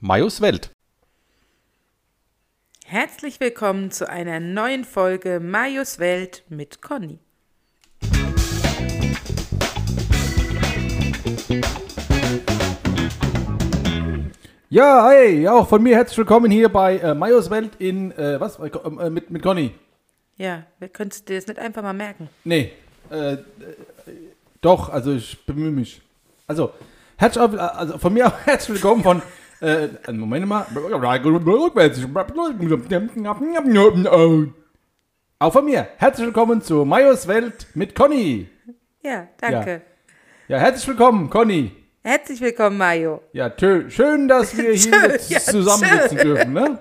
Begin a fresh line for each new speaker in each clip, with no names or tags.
Majos Welt.
Herzlich willkommen zu einer neuen Folge Majos Welt mit Conny.
Ja, hey, ja, auch von mir herzlich willkommen hier bei äh, Majos Welt in, äh, was, Äh, äh, mit, mit Conny.
Ja, wer könntest dir das nicht einfach mal merken?
Nee, äh, äh, doch, also ich bemühe mich. Also, herzlich, auf- also von mir auch herzlich willkommen von, äh, Moment mal, rückwärts. Auch von mir, herzlich willkommen zu Majos Welt mit Conny.
Ja, danke.
Ja, herzlich willkommen, Conny.
Herzlich willkommen, Mario.
Ja, tö, schön, dass wir hier jetzt
ja,
zusammensitzen dürfen, ne?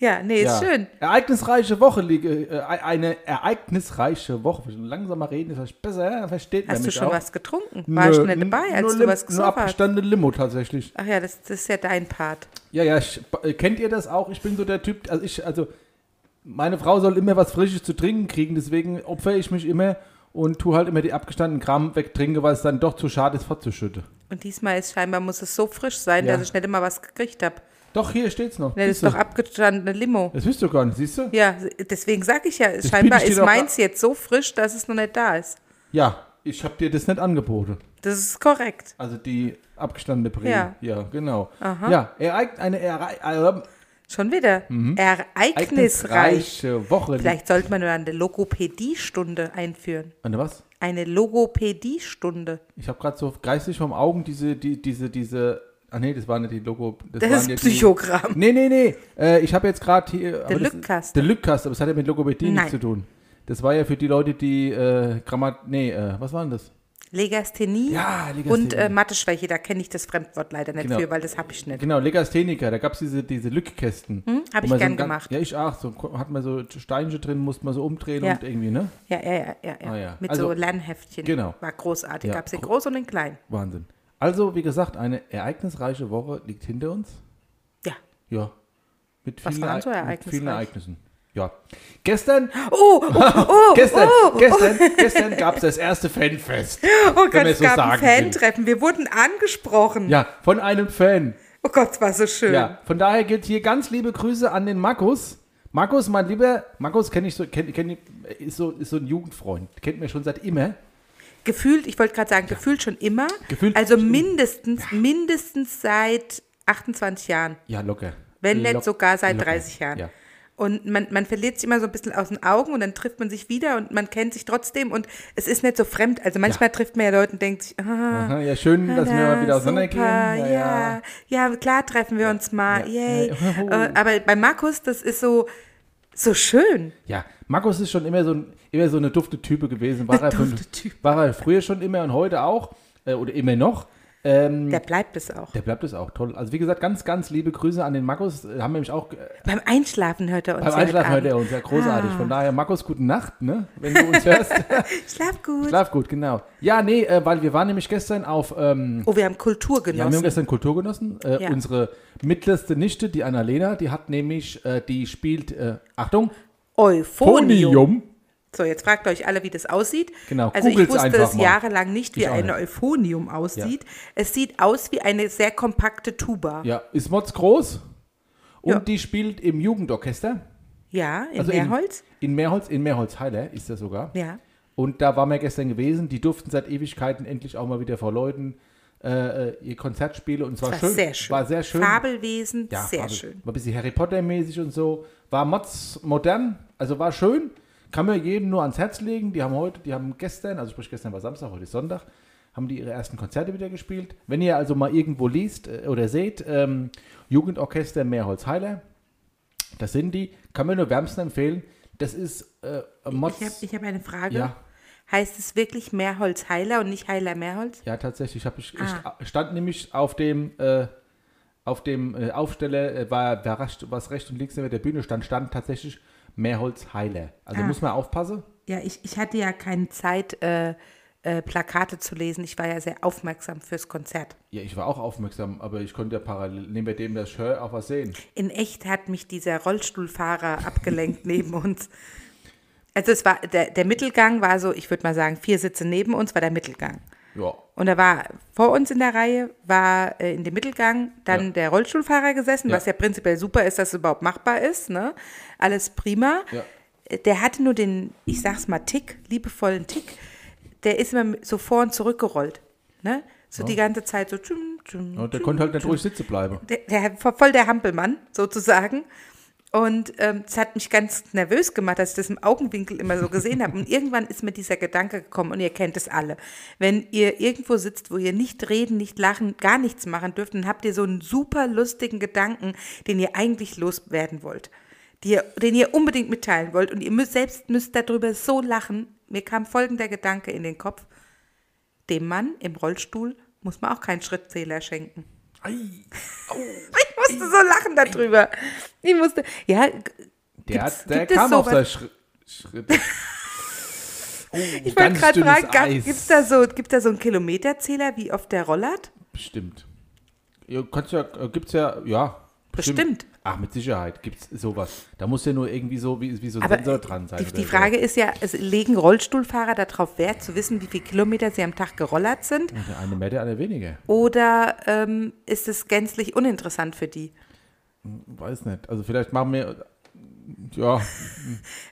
Ja, nee, ist
Ja.
schön.
Ereignisreiche Woche, liege- äh, eine ereignisreiche Woche. Langsam mal reden ist vielleicht besser, ja, versteht man
Hast du
mich
schon
auch.
was getrunken? War ich nicht dabei, als
nur
du
Lim-
was
Nur
gesoffen hast?
abgestandene Limo tatsächlich.
Ach ja, das, das ist ja dein Part.
Ja, ja, ich, äh, kennt ihr das auch? Ich bin so der Typ, also ich, also meine Frau soll immer was Frisches zu trinken kriegen, deswegen opfere ich mich immer und tue halt immer die abgestandenen Kram wegtrinke, weil es dann doch zu schade ist, fortzuschütten.
Und diesmal ist scheinbar, muss es so frisch sein,
Ja.
dass ich nicht immer was gekriegt habe.
Doch, hier steht's noch.
Das
Siehst
ist
du?
doch abgestandene Limo.
das wisst du gar nicht, siehst du?
Ja, deswegen sage ich ja, scheinbar
biete ich dir
ist
doch
meins jetzt so frisch, dass es noch nicht da ist.
Ja, ich habe dir das nicht angeboten.
Das ist korrekt.
Also die abgestandene Prämie.
Ja.
ja genau. Ja, ereign eine erei- äh,
Schon wieder.
Mhm.
Ereignisreich.
ereignisreiche Woche.
Vielleicht sollte man nur eine Logopädiestunde einführen.
Warte, was?
Eine Logopädiestunde.
Ich habe gerade so geistig vom Augen diese, die, diese, diese. Ah nee, das war nicht die Logo.
Das
waren
ist
jetzt
Psychogramm.
Die, nee, nee, nee. Äh, ich habe jetzt gerade hier. aber das-
Lückkasten.
Der Lückkasten, aber das hat ja mit Logopädie
Nein.
nichts zu tun. Das war ja für die Leute, die äh, Grammat. Nee, äh, was war denn das?
Legasthenie
Ja, Legasthenie.
und äh, Mathe-Schwäche. Da kenne ich das Fremdwort leider nicht
Genau.
für, weil das habe ich nicht.
Genau, Legastheniker, da gab es diese, diese Lückkästen. Hm,
hab ich gern gemacht.
Ja, ich auch. So, hat man so Steinchen drin, musste man so umdrehen
Ja.
und irgendwie, ne?
Ja, ja, ja. ja, ja.
Ah, ja.
Mit
Also-
so Lernheftchen.
Genau.
War großartig.
Ja.
Gab es in groß und in klein.
Wahnsinn. Also, wie gesagt, eine ereignisreiche Woche liegt hinter uns.
Ja.
Ja. Mit
Was
vielen,
waren so
Ereig- mit vielen
ereignisreich?
Ereignissen. Ja. Gestern,
Oh, oh, oh,
gestern,
oh,
gestern, gestern gab es das erste Fanfest.
oh Gott,
man
es
so
gab ein
sagen will.
Fan-Treffen. Wir wurden angesprochen.
Ja, von einem Fan.
Oh Gott, es war so schön.
Ja, von daher gilt hier ganz liebe Grüße an den Markus. Markus, mein lieber, Markus kenne ich so, kenn, kenn, ich- ist so, ist so ein Jugendfreund, kennt mir schon seit immer.
Gefühlt, ich wollte gerade sagen, gefühlt schon immer.
Gefühlt
also
schon-
mindestens, mindestens seit 28 Jahren,
Ja, locker.
wenn nicht
Lock-
sogar seit
locker.
30 Jahren.
Ja.
Und man, man verliert sich immer so ein bisschen aus den Augen und dann trifft man sich wieder und man kennt sich trotzdem und es ist nicht so fremd. Also manchmal trifft man ja Leute und denkt sich, ah,
Aha, ja, schön, dass wir mal wieder auseinandergehen.
super,
Ja, ja.
ja. ja, klar treffen wir uns mal,
ja,
yay.
ja.
Äh, Aber bei Markus, das ist so, so schön.
Ja, Markus ist schon immer so, ein, immer so eine dufte Type gewesen. War,
Eine
er, von-
dufte Typ.
war er früher schon immer und heute auch. Äh, oder immer noch. Ähm,
Der bleibt es auch.
der bleibt es auch toll. Also wie gesagt, ganz, ganz liebe Grüße an den Markus. Äh, Haben wir nämlich auch äh,
Beim Einschlafen hört er uns.
beim
ja Ah, heute
Einschlafen hört
Abend.
er uns. Ja, großartig. Von daher, Markus, gute Nacht, ne? Wenn du uns hörst.
Schlaf gut.
Schlaf gut, genau. Ja, nee, äh, weil wir waren nämlich gestern auf, ähm,
Oh, wir haben Kultur
ja, wir haben
genossen.
gestern Kultur genossen. Äh,
Ja.
Unsere mittlerste Nichte, die Annalena, die hat nämlich, äh, die spielt, äh, Achtung,
Euphonium. So, jetzt fragt euch alle, wie das aussieht.
Genau,
also ich
googelt's
wusste
einfach
es
mal.
jahrelang nicht, wie
Ich auch
ein
nicht.
Euphonium aussieht. Es sieht aus wie eine sehr kompakte Tuba. Ja,
Ja, ist Mods groß und
Ja.
die spielt im Jugendorchester.
in
Also
Meerholz.
In, in Meerholz, in Meerholz-Heile ist das sogar.
Ja.
Und da waren wir gestern gewesen. Die durften seit Ewigkeiten endlich auch mal wieder vor Leuten äh, äh, ihr Konzert spielen. Und es war,
War
schön.
sehr schön.
War sehr schön.
Fabelwesen,
Ja,
sehr
war-
schön.
War ein bisschen Harry Potter-mäßig und so. War Mods modern, also war schön. Kann man jedem nur ans Herz legen. Die haben heute, die haben gestern, also sprich gestern war Samstag, heute ist Sonntag, haben die ihre ersten Konzerte wieder gespielt. Wenn ihr also mal irgendwo liest äh, oder seht, ähm, Jugendorchester Meerholz-Heiler, das sind die, kann man nur wärmstens empfehlen. Das ist äh, Mods.
Ich habe ich hab eine Frage.
Ja.
Heißt es wirklich Meerholz Heiler und nicht Heiler Meerholz?
Ja, tatsächlich. Hab ich,
Ah.
ich stand nämlich auf dem, äh, auf dem äh, Aufsteller, äh, war, war recht, was rechts und links neben der Bühne stand, stand tatsächlich Meerholz Heile. Also
Ah.
muss man aufpassen.
Ja, ich, ich hatte ja keine Zeit, äh, äh, Plakate zu lesen. Ich war ja sehr aufmerksam fürs Konzert.
Ja, ich war auch aufmerksam, aber ich konnte ja parallel neben dem, das ich höre, auch was sehen.
In echt hat mich dieser Rollstuhlfahrer abgelenkt neben uns. Also es war der, der Mittelgang war so, ich würde mal sagen, vier Sitze neben uns war der Mittelgang.
Ja.
Und da war vor uns in der Reihe, war äh, in dem Mittelgang dann
Ja.
der Rollstuhlfahrer gesessen,
Ja.
was ja prinzipiell super ist, dass es überhaupt machbar ist. Ne? Alles prima.
Ja.
Äh, Der hatte nur den, ich sag's mal, Tick, liebevollen Tick. Der ist immer so vor und zurückgerollt. Ne? So die ganze Zeit so. Tschum, tschum,
Ja, der
tschum,
konnte halt nicht
tschum.
ruhig sitzen bleiben.
Der, der war voll der Hampelmann, sozusagen. Und ähm, es hat mich ganz nervös gemacht, dass ich das im Augenwinkel immer so gesehen habe. Und irgendwann ist mir dieser Gedanke gekommen, und ihr kennt es alle. Wenn ihr irgendwo sitzt, wo ihr nicht reden, nicht lachen, gar nichts machen dürft, dann habt ihr so einen super lustigen Gedanken, den ihr eigentlich loswerden wollt, die ihr, den ihr unbedingt mitteilen wollt. Und ihr müsst, selbst müsst darüber so lachen. Mir kam folgender Gedanke in den Kopf. Dem Mann im Rollstuhl muss man auch keinen Schrittzähler schenken.
Ei,
Ich musste so lachen darüber. Ich musste, ja, g-
der
Gibt's-
hat, der
gibt es
kam auf
sowas?
seinen Schritt. Schritt. Oh,
ich wollte gerade fragen,
Eis.
gibt es da, so, gibt's da so einen Kilometerzähler, wie oft der rollert?
Bestimmt. Ja, kannst ja, äh, gibt's ja, ja.
Bestimmt.
Ach, mit Sicherheit gibt's sowas. Da muss ja nur irgendwie so wie, wie so ein
Aber
Sensor dran sein.
die, die
oder
Frage ist ja, es legen Rollstuhlfahrer darauf Wert, zu wissen, wie viele Kilometer sie am Tag gerollert sind?
So. Der eine mehr, der eine weniger.
Oder ähm, ist es gänzlich uninteressant für die?
Weiß nicht. Also vielleicht machen wir, ja,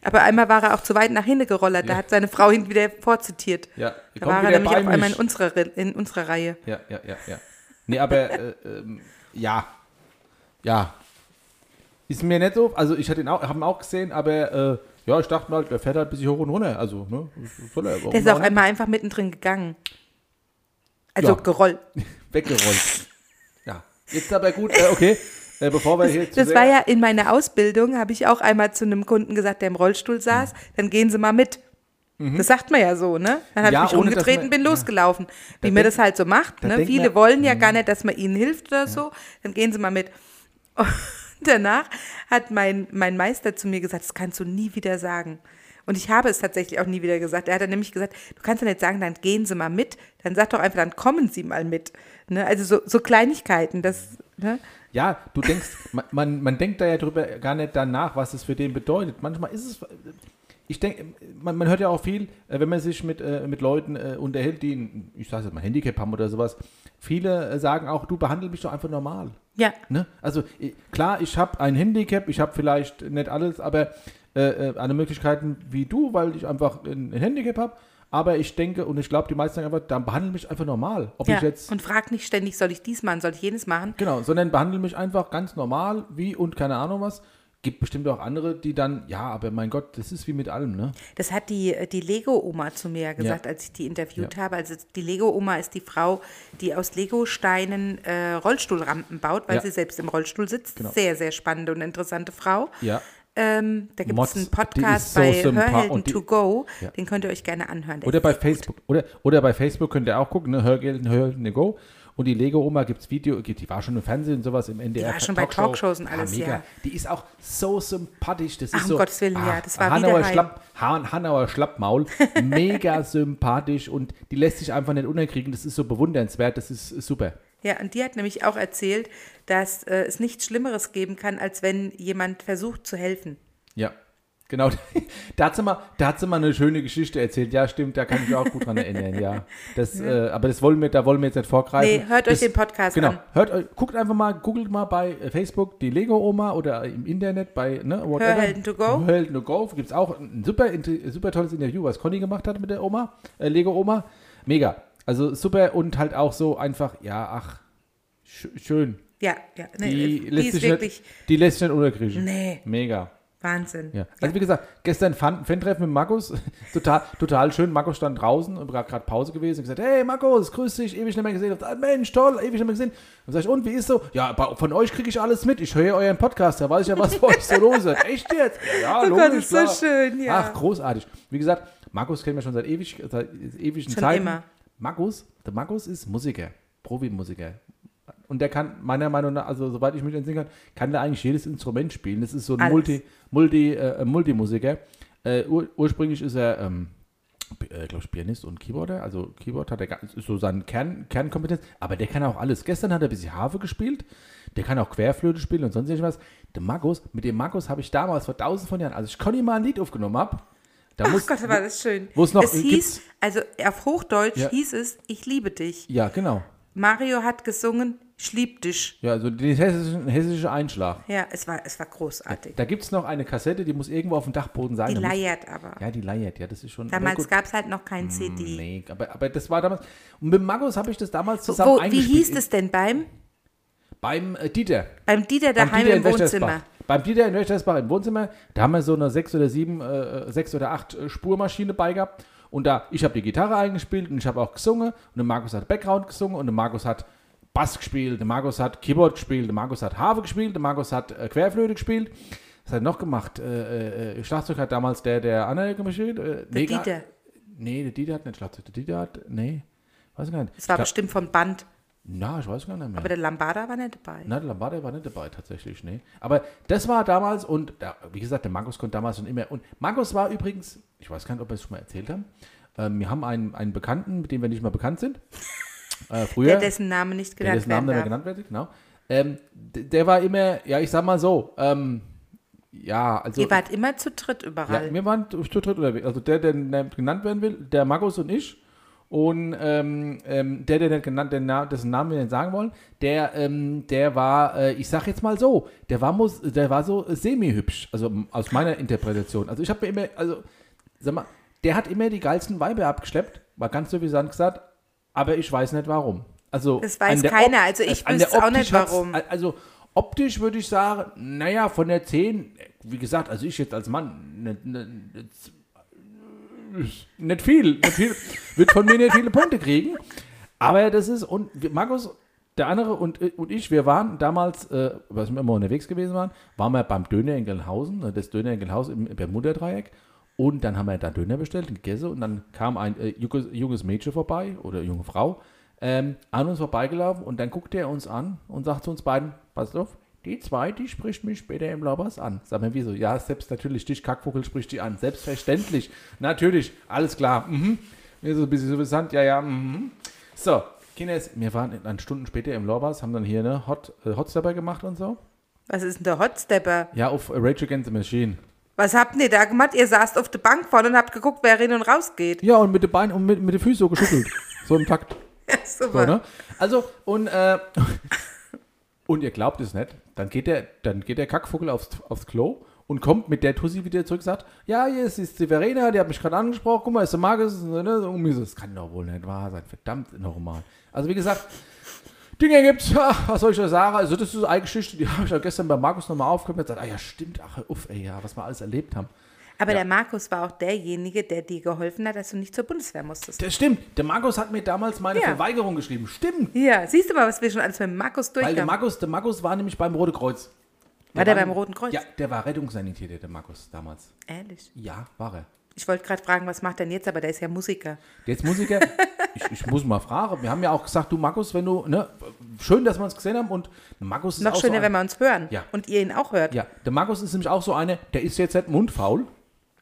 Aber einmal war er auch zu weit nach hinten gerollert, da
Ja.
hat seine Frau ihn wieder vorzitiert.
ja.
Da war er nämlich auf einmal in unserer, Re- in unserer Reihe.
Ja, ja, ja, ja. Nee, aber äh, ähm, ja. Ja. Ist mir nicht so, also ich hatte ihn auch, haben auch gesehen, aber äh, ja, ich dachte mal, der fährt halt ein bisschen hoch und runter. Also, ne? was Soll er, warum
Der ist auf
auch nicht?
einmal einfach mittendrin gegangen. Also
Ja.
gerollt.
weggerollt. ja. Jetzt aber gut, äh, okay. Äh, bevor wir hier zu
Das
sehr-
war ja in meiner Ausbildung, habe ich auch einmal zu einem Kunden gesagt, der im Rollstuhl saß,
Mhm.
dann gehen Sie mal mit. Das sagt man ja so, ne? Dann habe
Ja,
ich mich
ohne dass
rumgetreten,
man-
bin
ja.
losgelaufen. Wie man
denk-
das halt so macht,
da
ne?
denkt
Viele
man- Mhm.
wollen ja gar nicht, dass man ihnen hilft oder so, dann gehen Sie mal mit. Und danach hat mein, mein Meister zu mir gesagt, das kannst du nie wieder sagen. Und ich habe es tatsächlich auch nie wieder gesagt. Er hat dann nämlich gesagt, du kannst ja nicht sagen, dann gehen Sie mal mit. Dann sag doch einfach, dann kommen Sie mal mit. Ne? Also so, so Kleinigkeiten, das, ne?
Ja, du denkst, man, man, man denkt da ja drüber gar nicht danach, was es für den bedeutet. Manchmal ist es, ich denke, man, man hört ja auch viel, äh, wenn man sich mit, äh, mit Leuten äh, unterhält, die, ein, ich sage jetzt mal, Handicap haben oder sowas. Viele äh, sagen auch, du behandel mich doch einfach normal.
Ja,
Ne? Also äh, klar, ich habe ein Handicap, ich habe vielleicht nicht alles, aber äh, äh, alle Möglichkeiten wie du, weil ich einfach ein, ein Handicap habe. Aber ich denke und ich glaube, die meisten sagen einfach, dann behandle mich einfach normal. Ob
Ja,
ich jetzt
und frag nicht ständig, soll ich dies machen, soll ich jenes machen?
Genau, sondern behandle mich einfach ganz normal, wie und keine Ahnung was. Gibt bestimmt auch andere, die dann, ja, aber mein Gott, das ist wie mit allem, ne?
Das hat die, äh, die Lego-Oma zu mir gesagt,
Ja.
als ich die interviewt
Ja.
habe. Also die Lego-Oma ist die Frau, die aus Lego-Steinen äh, Rollstuhlrampen baut, weil
Ja.
sie selbst im Rollstuhl sitzt.
Genau.
Sehr, sehr spannende und interessante Frau.
Ja.
Ähm, da gibt es
Mods,
einen
die
Podcast
ist so
bei
sympa-
Hörhelden
und die-
to go,
Ja.
den könnt ihr euch gerne anhören. Der
Oder
ist
bei
sehr gut.
Facebook, oder, oder bei Facebook könnt ihr auch gucken, ne? Hörgelden, Hörgelden Go. Und die Lego-Oma gibt es Video, die war schon im Fernsehen und sowas, im NDR.
war schon bei
Talkshow. Ah,
Talkshows und alles, ja.
Die ist auch so sympathisch, das
Ach,
ist
um
so. ah,
Gottes Willen, ja, das war
Hanauer,
wieder heim.
Schlapp, Han, Hanauer Schlappmaul, mega sympathisch und die lässt sich einfach nicht unterkriegen, das ist so bewundernswert, das ist super.
Ja, und die hat nämlich auch erzählt, dass äh, es nichts Schlimmeres geben kann, als wenn jemand versucht zu helfen.
Ja, genau. Da hat, sie mal, da hat sie mal eine schöne Geschichte erzählt. Ja, stimmt, da kann ich mich auch gut dran erinnern, ja. Das, äh, aber das wollen wir, da wollen wir jetzt nicht vorgreifen.
Nee, hört euch
das,
den Podcast
genau,
an.
Hört euch, guckt einfach mal, googelt mal bei äh, Facebook die Lego-Oma oder im Internet bei, ne, whatever.
Hörhelden to go.
Hörhelden to go. Gibt es auch ein super, inter- super tolles Interview, was Conny gemacht hat mit der Oma, äh, Lego-Oma. Mega. Also super und halt auch so einfach, ja, ach, sch- schön.
Ja, ja. Nee, äh,
Die,
die,
lässt
ist
sich
wirklich
nicht, die lässt sich nicht unterkriegen.
Nee.
Mega.
Wahnsinn.
Ja. Also wie gesagt, gestern Fan- Fan-Treffen mit Markus, total, total schön. Markus stand draußen und war gerade Pause gewesen und gesagt, hey Markus, grüß dich, ewig nicht mehr gesehen. Und, ah, Mensch, toll, ewig nicht mehr gesehen. Und sag ich, und wie ist so? Ja, bei- von euch kriege ich alles mit. Ich höre euren Podcast, da weiß ich ja, was bei euch so los ist. Echt jetzt? Ja,
Oh
logisch,
Gott, ist so
klar.
schön, ja.
Ach, großartig. Wie gesagt, Markus kennen wir schon seit ewig, seit ewigen
Schon
Zeiten.
immer.
Markus, der Markus ist Musiker, Profimusiker. Und der kann meiner Meinung nach, also soweit ich mich entsinnen kann, kann der eigentlich jedes Instrument spielen. Das ist so ein
Alles.
Multi, Multi, äh, Multimusiker. Äh, ur, ursprünglich ist er, ähm, P- äh, glaube ich, Pianist und Keyboarder. Also Keyboard hat er gar- ist so seine Kern, Kernkompetenz, aber der kann auch alles. Gestern hat er ein bisschen Harfe gespielt, der kann auch Querflöte spielen und sonst irgendwas. Der Markus, mit dem Markus habe ich damals vor tausend von Jahren, als ich Conny mal ein Lied aufgenommen habe, Da
Ach
muss,
Gott, war das schön.
wo es noch-
es
gibt's-
hieß, also auf Hochdeutsch
Ja.
hieß es, ich liebe dich.
Ja, genau.
Mario hat gesungen, ich lieb dich.
Ja, also den hessischen, hessischen Einschlag.
Ja, es war, es war großartig.
Da gibt es noch eine Kassette, die muss irgendwo auf dem Dachboden sein.
Die
Da muss-
leiert aber.
Ja, die leiert, ja, das ist schon. aber
Damals
gut. Mm,
gab es halt noch kein CD.
Nee, aber, aber das war damals. Und mit Markus habe ich das damals zusammen
Wo, wie
eingespielt.
hieß es denn beim?
Beim äh, Dieter.
Beim Dieter daheim
Dieter
im Wohnzimmer.
Beim Dieter in Wächtersbach im Wohnzimmer, da haben wir so eine sechs oder sieben, äh, sechs oder acht äh, Spurmaschine bei gehabt. Und da, ich habe die Gitarre eingespielt und ich habe auch gesungen. Und der Markus hat Background gesungen und der Markus hat Bass gespielt, der Markus hat Keyboard gespielt, der Markus hat Harfe gespielt, der Markus hat äh, Querflöte gespielt. Was hat er noch gemacht? Äh, äh, äh, Schlagzeug hat damals der, der andere gespielt. Äh, nee, gar-
Dieter.
Nee, der Dieter hat nicht Schlagzeug. Der Dieter hat, nee, weiß ich gar nicht.
Es war
Ich glaub-
bestimmt vom Band.
Na, ich weiß gar nicht mehr.
Aber der Lambada war nicht dabei.
Na, der Lombardi war nicht dabei, tatsächlich, nee. Aber das war damals und, da, wie gesagt, der Markus konnte damals schon immer. Und Markus war übrigens, ich weiß gar nicht, ob wir es schon mal erzählt haben, ähm, wir haben einen, einen Bekannten, mit dem wir nicht mehr bekannt sind. Äh, früher,
Der dessen Name
der
nicht genannt
dessen Namen
werden
nicht mehr
darf.
genannt wird, genau. Ähm, d- der war immer, ja, ich sag mal so, ähm, ja, also.
Ihr wart immer zu dritt
ja,
überall.
wir waren zu zu dritt unterwegs. Also der, der nicht genannt werden will, der Markus und ich. Und ähm, ähm, der, der nicht genannt, der Na dessen Namen wir nicht sagen wollen, der, ähm, der war, äh, ich sag jetzt mal so, der war, muss, der war so semi-hübsch, also m- aus meiner Interpretation. Also ich habe mir immer, also, sag mal, der hat immer die geilsten Weiber abgeschleppt, war ganz suffisant gesagt, aber ich weiß nicht warum. Also,
Das weiß
an der
keiner,
Op-
also ich
an der
wüsste auch
Optik
nicht,
hat's-
warum.
Al- Also optisch würde ich sagen, naja, von der 10, wie gesagt, also ich jetzt als Mann, nicht, nicht, nicht viel, nicht viel wird von mir nicht viele Punkte kriegen. Aber das ist, und wir- Markus, der andere und, und ich, wir waren damals, äh, was wir immer unterwegs gewesen waren, waren wir beim Döner in Gelnhausen, ne, das Döner in Gelnhausen im Bermuda-Dreieck. Und dann haben wir da Döner bestellt und gegessen. Und dann kam ein äh, junges, junges Mädchen vorbei oder junge Frau ähm, an uns vorbeigelaufen. Und dann guckte er uns an und sagt zu uns beiden: Pass auf, die zwei, die spricht mich später im Laubers an. Sag mir, wieso? Ja, selbst natürlich, dich Kackvogel spricht die an. Selbstverständlich. Natürlich, alles klar. Mhm. Mir so ein bisschen interessant. Ja, ja, mhm. So, Kinder, wir waren dann Stunden später im Lorbas, haben dann hier ne Hot, äh, Hotstepper gemacht und so.
Was ist denn der Hotstepper?
Ja, auf Rage Against the Machine.
Was habt ihr da gemacht? Ihr saßt auf der Bank vorne und habt geguckt, wer rein und raus geht.
Ja, und mit den Beinen und mit, mit den Füßen so geschüttelt. so im Takt.
Super.
So, ne? Also, und, äh, und ihr glaubt es nicht, dann geht der, dann geht der Kackvogel aufs, aufs Klo und kommt mit der Tussi wieder zurück sagt, ja, hier ist, ist die Verena, die hat mich gerade angesprochen, guck mal, ist der Markus, ne? Und mir so, das kann doch wohl nicht wahr sein, verdammt nochmal. Also wie gesagt, Dinge gibt's, ha, was soll ich da sagen? Also das ist so eine Geschichte, die habe ich auch gestern bei Markus nochmal aufgehört und gesagt, ah ja, stimmt, ach, uff, ey, ja, was wir alles erlebt haben.
Aber der Markus war auch derjenige, der dir geholfen hat, dass du nicht zur Bundeswehr musstest.
Das stimmt, der Markus hat mir damals meine
Ja.
Verweigerung geschrieben, stimmt.
ja, siehst du mal, was wir schon alles mit dem Markus
Weil der
durchgegangen
Markus, der Markus war nämlich beim Rote Kreuz.
War der
war-
beim Roten Kreuz?
Ja, der war Rettungssanitäter, der Markus damals.
Ehrlich.
Ja, war er.
Ich wollte gerade fragen, was macht er denn jetzt, aber der ist ja Musiker.
Der ist Musiker. ich, ich muss mal fragen. Wir haben ja auch gesagt, du Markus, wenn du, ne, schön, dass wir uns gesehen haben und Markus ist
Noch
auch
schöner,
so
wenn
ein,
wir uns hören
Ja.
und ihr ihn auch hört.
Ja, der Markus ist nämlich auch so eine, der ist jetzt nicht mundfaul.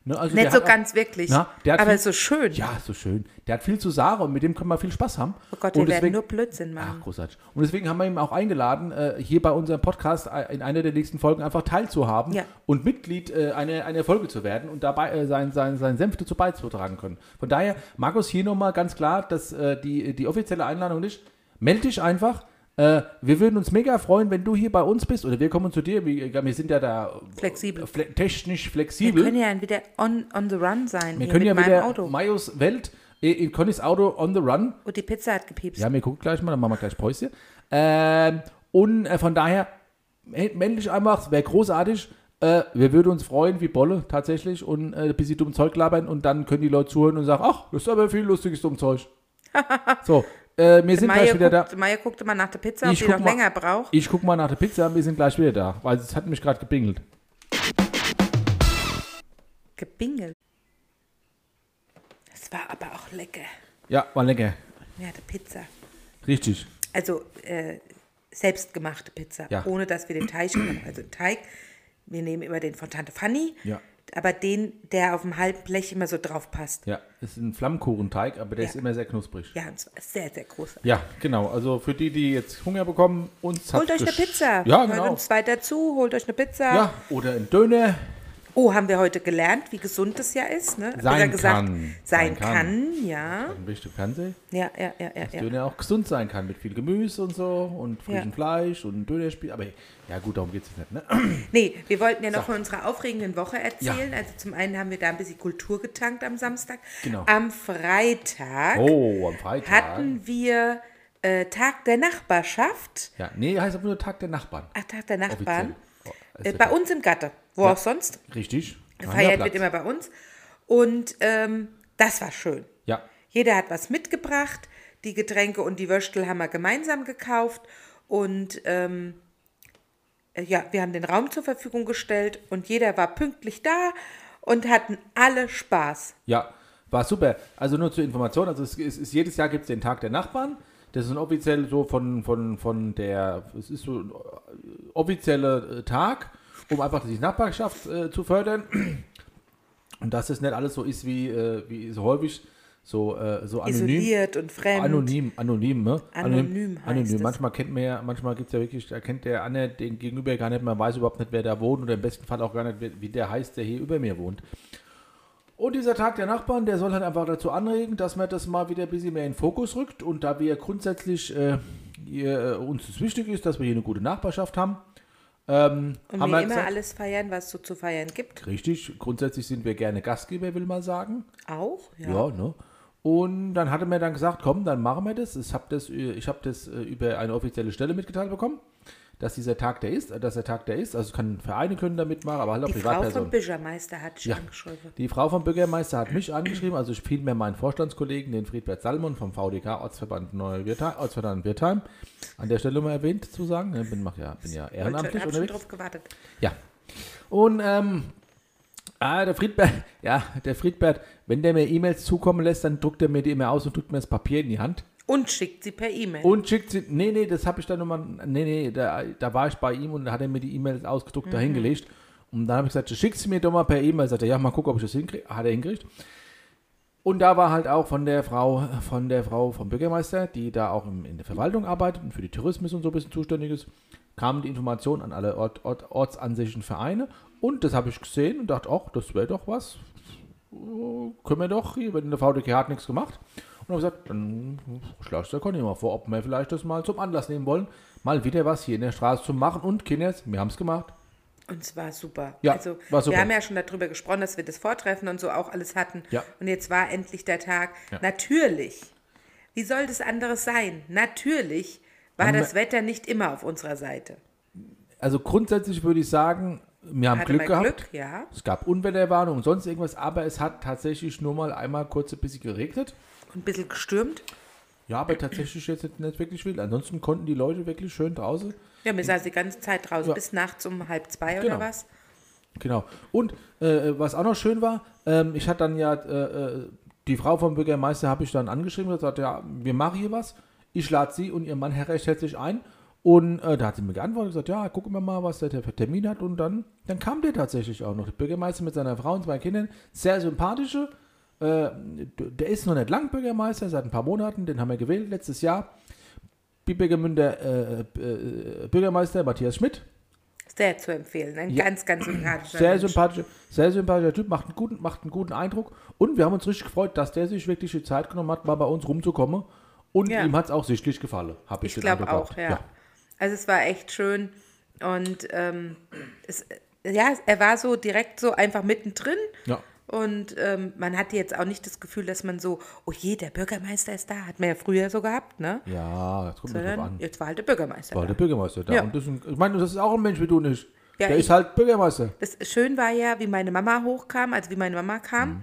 Ne, also der
Nicht so
hat auch-
ganz wirklich,
Na, der hat
aber
viel-
so schön.
Ja, so schön. Der hat viel zu sagen und mit dem können wir viel Spaß haben.
Oh Gott,
und
wir werden
deswegen-
nur Blödsinn machen.
Ach, großartig. Und deswegen haben wir ihn auch eingeladen, äh, hier bei unserem Podcast äh, in einer der nächsten Folgen einfach teilzuhaben
Ja.
und Mitglied äh, einer, einer Folge zu werden und dabei äh, sein, sein, sein Senf dazu beizutragen können. Von daher, Markus, hier nochmal ganz klar, dass äh, die, die offizielle Einladung nicht, melde dich einfach. Äh, wir würden uns mega freuen, wenn du hier bei uns bist oder wir kommen zu dir. Wir, wir sind ja da äh,
Flexibel.
fle technisch
Wir
flexibel.
können ja dann wieder on, on the run sein.
Wir
hier
können
mit
ja
meinem
wieder
Auto.
Majos Welt äh, in Connys Auto on the run.
Und die Pizza hat gepiepst.
Ja, wir gucken gleich mal, dann machen wir gleich Päuschen. Ähm, und äh, von daher, mel- melde dich einfach, wäre großartig. Äh, wir würden uns freuen, wie Bolle tatsächlich, und äh, ein bisschen dumm Zeug labern und dann können die Leute zuhören und sagen, ach, das ist aber viel lustiges dumm Zeug. so, äh, wir sind
Maya
gleich wieder da.
guckt, Maya guckt immer nach der Pizza,
Ich
ob die
guck
noch
mal.
länger braucht.
Ich guck mal nach der Pizza, wir sind gleich wieder da, weil es hat mich gerade gebingelt.
Gebingelt. Das war aber auch lecker.
Ja, war lecker.
Ja, die Pizza.
Richtig.
Also äh, selbstgemachte Pizza,
Ja.
ohne dass wir den Teig genommen haben. Also Teig, wir nehmen immer den von Tante Fanny,
Ja.
aber den, der auf dem halben Blech immer so drauf passt.
Ja, ist ein Flammkuchenteig, aber der
Ja.
ist immer sehr knusprig.
Ja, und es war sehr, sehr groß.
Ja, genau. Also für die, die jetzt Hunger bekommen, uns
Holt
hat's
euch eine
gesch-
Pizza.
Ja,
Hört
genau.
uns weiter zu, holt euch eine Pizza.
Ja, oder ein Döner.
Oh, haben wir heute gelernt, wie gesund das ja ist, ne?
Sein
Besser gesagt,
kann.
Sein
Sein
kann,
kann.
ja.
Ein bisschen Fernseh.
Ja, ja, ja, ja.
dass
ja.
Döner auch gesund sein kann mit viel Gemüse und so und frischem
Ja.
Fleisch und Dönerspieß. Aber ja, gut, darum geht es nicht. Ne?
Nee, wir wollten ja noch
So.
von unserer aufregenden Woche erzählen. Also zum einen haben wir da ein bisschen Kultur getankt am Samstag.
Genau.
Am Freitag
Oh, am Freitag.
hatten wir äh, Tag der Nachbarschaft.
ja, nee, heißt aber nur Tag der Nachbarn.
Ach, Tag der Nachbarn.
Offiziell. Oh, ist
Äh,
ja
bei
klar.
uns im Gatte. Wo auch sonst.
Richtig.
Gefeiert
Platz.
wird immer bei uns. Und ähm, das war schön.
Ja,
Jeder hat was mitgebracht. Die Getränke und die Würstel haben wir gemeinsam gekauft. Und ähm, äh, ja, wir haben den Raum zur Verfügung gestellt und jeder war pünktlich da und hatten alle Spaß.
ja, war super. Also nur zur Information, also es ist, ist jedes Jahr gibt es den Tag der Nachbarn. Das ist ein offiziell so von, von, von der, es ist so ein äh, offizieller äh, Tag, um einfach die Nachbarschaft äh, zu fördern. Und dass es nicht alles so ist wie, äh, wie so häufig, so, äh, so anonym.
Isoliert und fremd.
Anonym, anonym, ne?
Anonym heißt
anonym.
es.
Manchmal kennt man ja, manchmal gibt es ja wirklich, da kennt der andere den Gegenüber gar nicht, man weiß überhaupt nicht, wer da wohnt oder im besten Fall auch gar nicht, wer- wie der heißt, der hier über mir wohnt. Und dieser Tag der Nachbarn, der soll halt einfach dazu anregen, dass man das mal wieder ein bisschen mehr in den Fokus rückt. Und da wir grundsätzlich äh, hier, äh, uns es wichtig ist, dass wir hier eine gute Nachbarschaft haben, ähm,
Und
haben
wir
wir
immer
gesagt,
alles feiern, was es so zu feiern gibt.
richtig, grundsätzlich sind wir gerne Gastgeber, will man sagen.
Auch, ja.
Ja, ne? Und dann hatte mir dann gesagt, komm, dann machen wir das. Ich habe das, äh, ich hab das äh, über eine offizielle Stelle mitgeteilt bekommen, dass dieser Tag der ist, äh, dass der Tag der ist. Also es kann Vereine können da mitmachen, aber halt auch
Die Frau vom
Privatpersonen.
Bürgermeister hat schon
ja.
angeschrieben.
Die Frau vom Bürgermeister hat mich angeschrieben, also vielmehr meinen Vorstandskollegen, den Friedbert Salmon vom VDK Ortsverband Neu-Wirtheim, Ortsverband Wirtheim, an der Stelle mal erwähnt zu sagen. Ich bin, mach ja, bin ja
Ich habe
ehrenamtlich
schon
unterwegs.
drauf gewartet.
Ja. Und ähm, ah, der Friedbert, ja, der Friedbert, wenn der mir E-Mails zukommen lässt, dann druckt er mir die immer aus und drückt mir das Papier in die Hand
Und schickt sie per E-Mail.
und schickt sie. Nee, nee, das habe ich dann nochmal. Nee, nee, da, da war ich bei ihm und da hat er mir die E-Mails ausgedruckt dahingelegt. Und dann habe ich gesagt, schick sie mir doch mal per E-Mail. Sagt er, ja, mal gucken, ob ich das hinkriege. Hat er hingekriegt. Und da war halt auch von der Frau, von der Frau vom Bürgermeister, die da auch im, in der Verwaltung arbeitet und für die Tourismus und so ein bisschen zuständig ist, kam die Information an alle Ort, Ort, ortsansässigen Vereine. Und das habe ich gesehen und dachte, ach, das wäre doch was. Oh, Können wir doch, hier, wenn der VDK hat nichts gemacht. Und habe gesagt, dann schlage ich der Conny mal vor, ob wir vielleicht das mal zum Anlass nehmen wollen, mal wieder was hier in der Straße zu machen. Und Kinders, wir haben es gemacht.
Und es war super.
Ja,
also,
war super.
Wir haben ja schon darüber gesprochen, dass wir das Vortreffen und so auch alles hatten.
Ja.
Und jetzt war endlich der Tag.
Ja.
Natürlich. Wie soll das anderes sein? Natürlich war
Haben wir-
das Wetter nicht immer auf unserer Seite.
Also grundsätzlich würde ich sagen, wir haben Glück
man
gehabt.
Glück, ja.
Es gab Unwetterwarnung und sonst irgendwas, aber es hat tatsächlich nur mal einmal kurz ein bisschen geregnet.
Und ein bisschen gestürmt.
Ja, aber tatsächlich jetzt nicht- nicht wirklich viel. Ansonsten konnten die Leute wirklich schön draußen.
Ja, wir saßen die ganze Zeit draußen
Ja.
bis nachts um halb zwei oder
Genau.
was.
Genau. Und äh, was auch noch schön war, ähm, ich hatte dann ja äh, äh, die Frau vom Bürgermeister habe ich dann angeschrieben und gesagt, ja, wir machen hier was. Ich lade sie und ihr Mann her- recht herzlich ein. Und äh, da hat sie mir geantwortet und gesagt, ja, gucken wir mal, was der für Termin hat. Und dann, dann kam der tatsächlich auch noch. Der Bürgermeister mit seiner Frau und zwei Kindern, sehr sympathische. Äh, der ist noch nicht lang Bürgermeister, seit ein paar Monaten, den haben wir gewählt letztes Jahr. Bibergemünder äh, äh, Bürgermeister Matthias Schmidt,
Sehr zu empfehlen. Ein
Ja.
ganz, ganz sympathischer
sehr
Mensch.
sympathischer, sehr sympathischer Typ, macht einen, guten, macht einen guten Eindruck. Und wir haben uns richtig gefreut, dass der sich wirklich die Zeit genommen hat, mal bei uns rumzukommen. Und
Ja.
ihm hat es auch sichtlich gefallen, habe ich,
Ich
den
glaube
Eindruck
auch, ja.
gehabt.
Also es war echt schön und ähm, es, ja, er war so direkt so einfach mittendrin
Ja.
und ähm, man hatte jetzt auch nicht das Gefühl, dass man so, oh je, der Bürgermeister ist da, hat man ja früher so gehabt, ne?
Ja, ja jetzt kommt drauf
Sondern
an.
jetzt war halt der Bürgermeister
War
da.
der Bürgermeister da.
Ja.
Und das ist ein, ich meine, das ist auch ein Mensch wie du nicht.
Ja,
der
ich-
ist halt Bürgermeister.
Das schön war ja, wie meine Mama hochkam, also wie meine Mama kam
Mhm.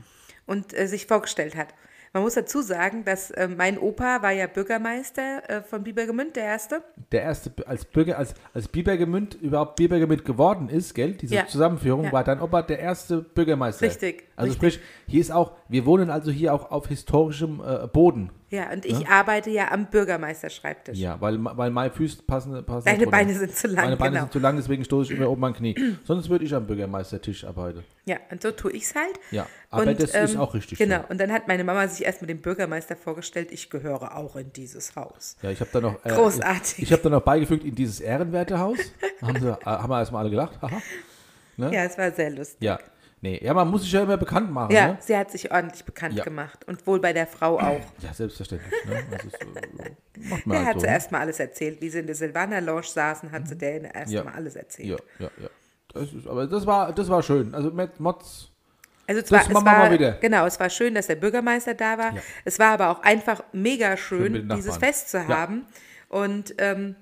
und äh, sich vorgestellt hat. Man muss dazu sagen, dass äh, mein Opa war ja Bürgermeister äh, von Biebergemünd, der erste.
Der erste, als Bürger, als, als Bibergemünd überhaupt Bibergemünd geworden ist, gell, diese
Ja.
Zusammenführung,
Ja.
war dein Opa der erste Bürgermeister.
Richtig,
Also
richtig.
sprich, hier ist auch, wir wohnen also hier auch auf historischem äh, Boden.
Ja, und ich arbeite ja am Bürgermeisterschreibtisch.
Ja, weil, weil meine Füße passen. passen
Deine
drunter.
Beine sind zu lang,
Meine Beine
genau.
sind zu lang, deswegen stoße ich immer oben an Knie. Sonst würde ich am Bürgermeistertisch arbeiten.
Ja, und so tue ich es halt.
Ja, aber das ist auch richtig
Genau,
so.
und dann hat meine Mama sich erst mit dem Bürgermeister vorgestellt, ich gehöre auch in dieses Haus.
Ja, ich habe da noch. äh,
Großartig.
Ich habe da noch beigefügt in dieses Ehrenwertehaus. haben, sie, äh, haben wir erstmal alle gelacht. Haha.
Ja, es war sehr lustig.
Ja. Nee, ja, man muss sich ja immer bekannt machen.
Ja,
Ne?
sie hat sich ordentlich bekannt
Ja.
gemacht und wohl bei der Frau auch.
ja selbstverständlich. Ne? Das ist, äh, macht man
Der
halt
hat
so.
sie
ne?
erstmal alles erzählt. Wie sie in der Silvaner Lounge saßen, hat sie der
Mhm. Ja.
erstmal mal alles erzählt.
ne? Ja, ja, ja. Das ist, aber das war, das war schön. Also mit Mods.
Also es war, es
machen wir
war
mal wieder.
genau, es war schön, dass der Bürgermeister da war.
Ja.
Es war aber auch einfach mega
Schön mit
schön,
den
dieses
Nachbarn.
Fest zu
Ja.
haben und ähm,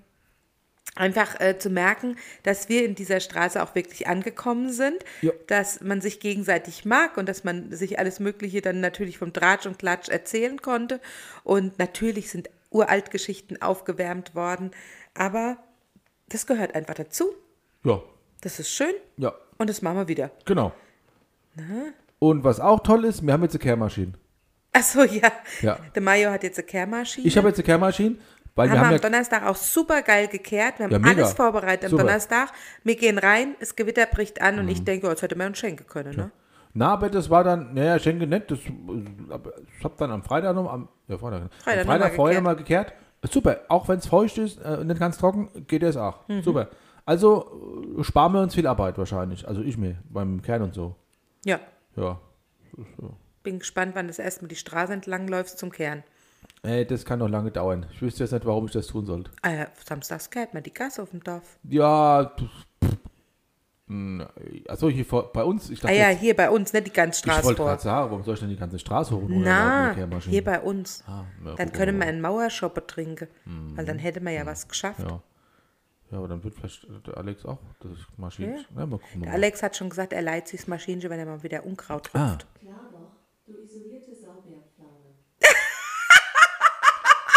einfach äh, zu merken, dass wir in dieser Straße auch wirklich angekommen sind,
Ja.
dass man sich gegenseitig mag und dass man sich alles Mögliche dann natürlich vom Dratsch und Klatsch erzählen konnte und natürlich sind Uraltgeschichten aufgewärmt worden, aber das gehört einfach dazu.
Ja,
Das ist schön
ja,
und das machen wir wieder.
genau. Und was auch toll ist, wir haben jetzt eine Kehrmaschine.
Ach so, ja.
Ja.
Der Mayo hat jetzt eine Kehrmaschine.
Ich habe jetzt eine Kehrmaschine, weil wir
haben wir am
haben ja,
Donnerstag auch super geil gekehrt. Wir haben
Ja, mega.
alles vorbereitet am
Super. Mhm.
Donnerstag. Wir gehen rein, das Gewitter bricht an und ich denke, oh, jetzt hätte man uns schenken können. Ne?
na, aber das war dann, naja, schenke nicht, das, aber ich habe dann am Freitag noch, am, ja, Freitag, ne?
Freitag
am
noch
Freitag
mal
vorher nochmal gekehrt. Super, auch wenn es feucht ist, äh, nicht ganz trocken, geht es auch.
Mhm.
Super. Also äh, sparen wir uns viel Arbeit wahrscheinlich. Also ich mir, beim Kern und so.
Ja.
Ja.
Bin gespannt, wann das erstmal die Straße entlang läufst zum Kern.
Ey, Äh, das kann noch lange dauern. Ich wüsste jetzt nicht, warum ich das tun sollte.
Äh, samstags kehrt man die Gasse auf dem Dorf.
Ja, das- Hm, also hier vor, bei uns, ich
Ah
dachte,
ja,
jetzt,
hier bei uns, ne? Die ganze
ich
Straße
wollte
vor.
gerade sagen, warum soll ich denn die ganze Straße hoch und runter laufen mit
Na,
der Kehrmaschine?
hier bei uns.
Ah, na,
Dann
guck
können wir
mal. Mhm.
einen Mauerschoppe trinken, weil dann hätte man ja was geschafft.
Ja. ja, aber dann wird vielleicht der Alex auch das Maschine. Ja. mal gucken.
Der
mal.
Alex hat schon gesagt, er leiht sich das Maschinchen, wenn er mal wieder Unkraut rupft.
Ah,
Klar doch, du isolierte Sauberpflaume.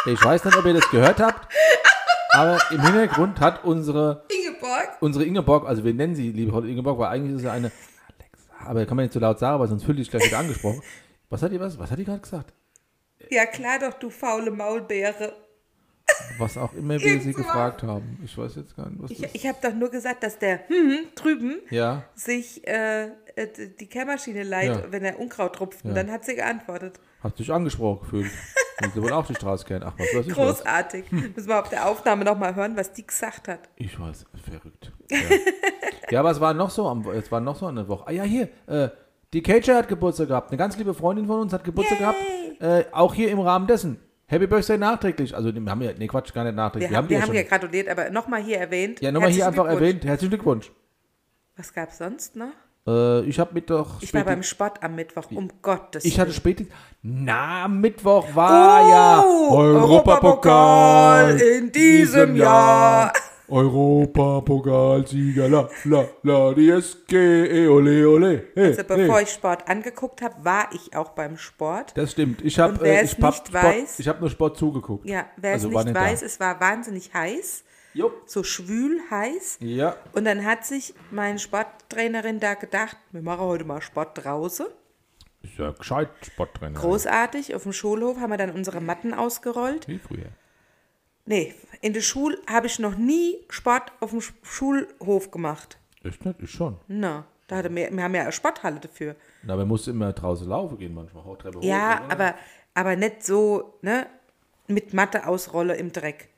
ich weiß nicht, ob ihr das gehört habt, aber im Hintergrund hat unsere,
Ingeborg?
unsere Ingeborg, also wir nennen sie, liebe Frau Ingeborg, weil eigentlich ist sie eine Alexa, aber kann man nicht so laut sagen, weil sonst fühle ich gleich wieder angesprochen. Was hat ihr was? Was hat die gerade gesagt?
Ja, klar doch, du faule Maulbeere.
Was auch immer wir sie gefragt haben. Ich weiß jetzt gar nicht, was
Ich,
das
ich habe doch nur gesagt, dass der hm, drüben
Ja,
sich äh, äh, d- die Kehrmaschine leiht,
Ja.
wenn er Unkraut rupft. Und
Ja.
dann hat sie geantwortet.
hast dich angesprochen gefühlt. Und sie wollen auch die Straße kennen. Ach, was weiß Hm. ich was.
Großartig. Müssen wir auf der Aufnahme nochmal hören, was die gesagt hat.
Ich weiß, verrückt. Ja, ja aber es war noch so, am, es war noch so eine Woche. Ah ja, hier, äh, die Cager hat Geburtstag gehabt. Eine ganz liebe Freundin von uns hat Geburtstag gehabt. Äh, auch hier im Rahmen dessen. Happy Birthday nachträglich. Also die haben ja, nee, Quatsch, gar nicht nachträglich.
Wir, haben, wir
ja
haben
schon.
ja gratuliert, aber nochmal hier erwähnt.
ja, nochmal hier
Herzlichen
einfach
Glückwunsch.
erwähnt. Herzlichen Glückwunsch.
Was gab es sonst noch?
Äh, ich habe Mittwoch
Ich war
Späti-
beim Sport am Mittwoch, um Gottes
Ich
Willen.
hatte Spätdienst. Na, am Mittwoch war ja
Europapokal Oh, in diesem Jahr.
Europapokalsieger, la, la, la, die SG, eh, ole, ole. Hey,
Also bevor
hey.
ich Sport angeguckt habe, war ich auch beim Sport.
Das stimmt. Ich
Und
habe
wer
äh,
es
ich hab
nicht
Sport,
weiß-
ich hab nur Sport zugeguckt.
Ja, wer
Also
es
war
nicht
da.
weiß, es war wahnsinnig heiß,
Jo.
so schwül heiß.
Ja,
Und dann hat sich meine Sporttrainerin da gedacht, wir machen heute mal Sport draußen.
ist ja gescheit Sporttrainer.
Großartig, auf dem Schulhof haben wir dann unsere Matten ausgerollt.
Wie früher.
Nee, in der Schule habe ich noch nie Sport auf dem Sch- Schulhof gemacht.
Ist nicht, ist schon.
Na, da hatte wir, wir haben ja eine Sporthalle dafür.
Na, man muss immer draußen laufen gehen manchmal. Auch Treppe hoch, ne?
Ja,
oder?
aber, aber nicht so, ne? Mit Matte ausrolle im Dreck.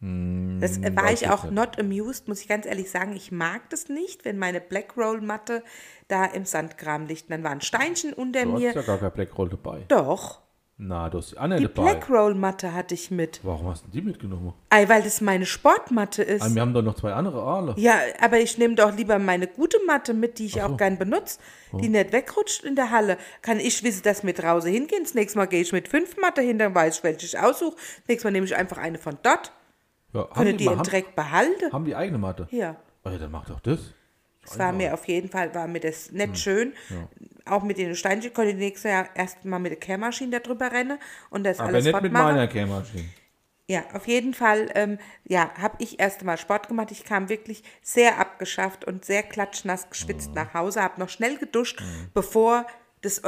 Das äh, war
Hm, weiß
ich
ich
auch
nicht.
not amused, muss ich ganz ehrlich sagen. Ich mag das nicht, wenn meine Blackroll-Matte da im Sandkram liegt. Und Dann war ein Steinchen unter
Du hast ja
mir.
gar kein Blackroll dabei.
Doch,
Na, du hast die andere
die
dabei.
Blackroll-Matte hatte ich mit.
Warum hast du die mitgenommen?
Ei, weil das meine Sportmatte ist.
Ah, wir haben doch noch zwei andere Aale.
Ja, aber ich nehme doch lieber meine gute Matte mit, die ich auch gern benutze,
Oh.
die nicht wegrutscht in der Halle. Kann ich wissen, dass mit draußen hingehen. Das nächste Mal gehe ich mit fünf Matte hin, dann weiß ich, welche ich aussuche. Das nächste Mal nehme ich einfach eine von dort.
Ja, haben,
Können
die,
die
mal-
im
haben,
Dreck behalten?
haben die eigene Matte?
Ja.
Oh, ja, dann mach doch das.
Es war mir auf jeden Fall, war mir das nicht
Hm.
schön. Auch mit den Steinchen konnte ich nächstes Jahr erst mal mit der Kehrmaschine darüber rennen und das
Aber
alles
nicht mit
fortmachen.
meiner Kehrmaschine.
Ja, auf jeden Fall, ähm, ja, habe ich erst mal Sport gemacht. Ich kam wirklich sehr abgeschafft und sehr klatschnass geschwitzt
Mhm.
nach Hause, habe noch schnell geduscht, bevor das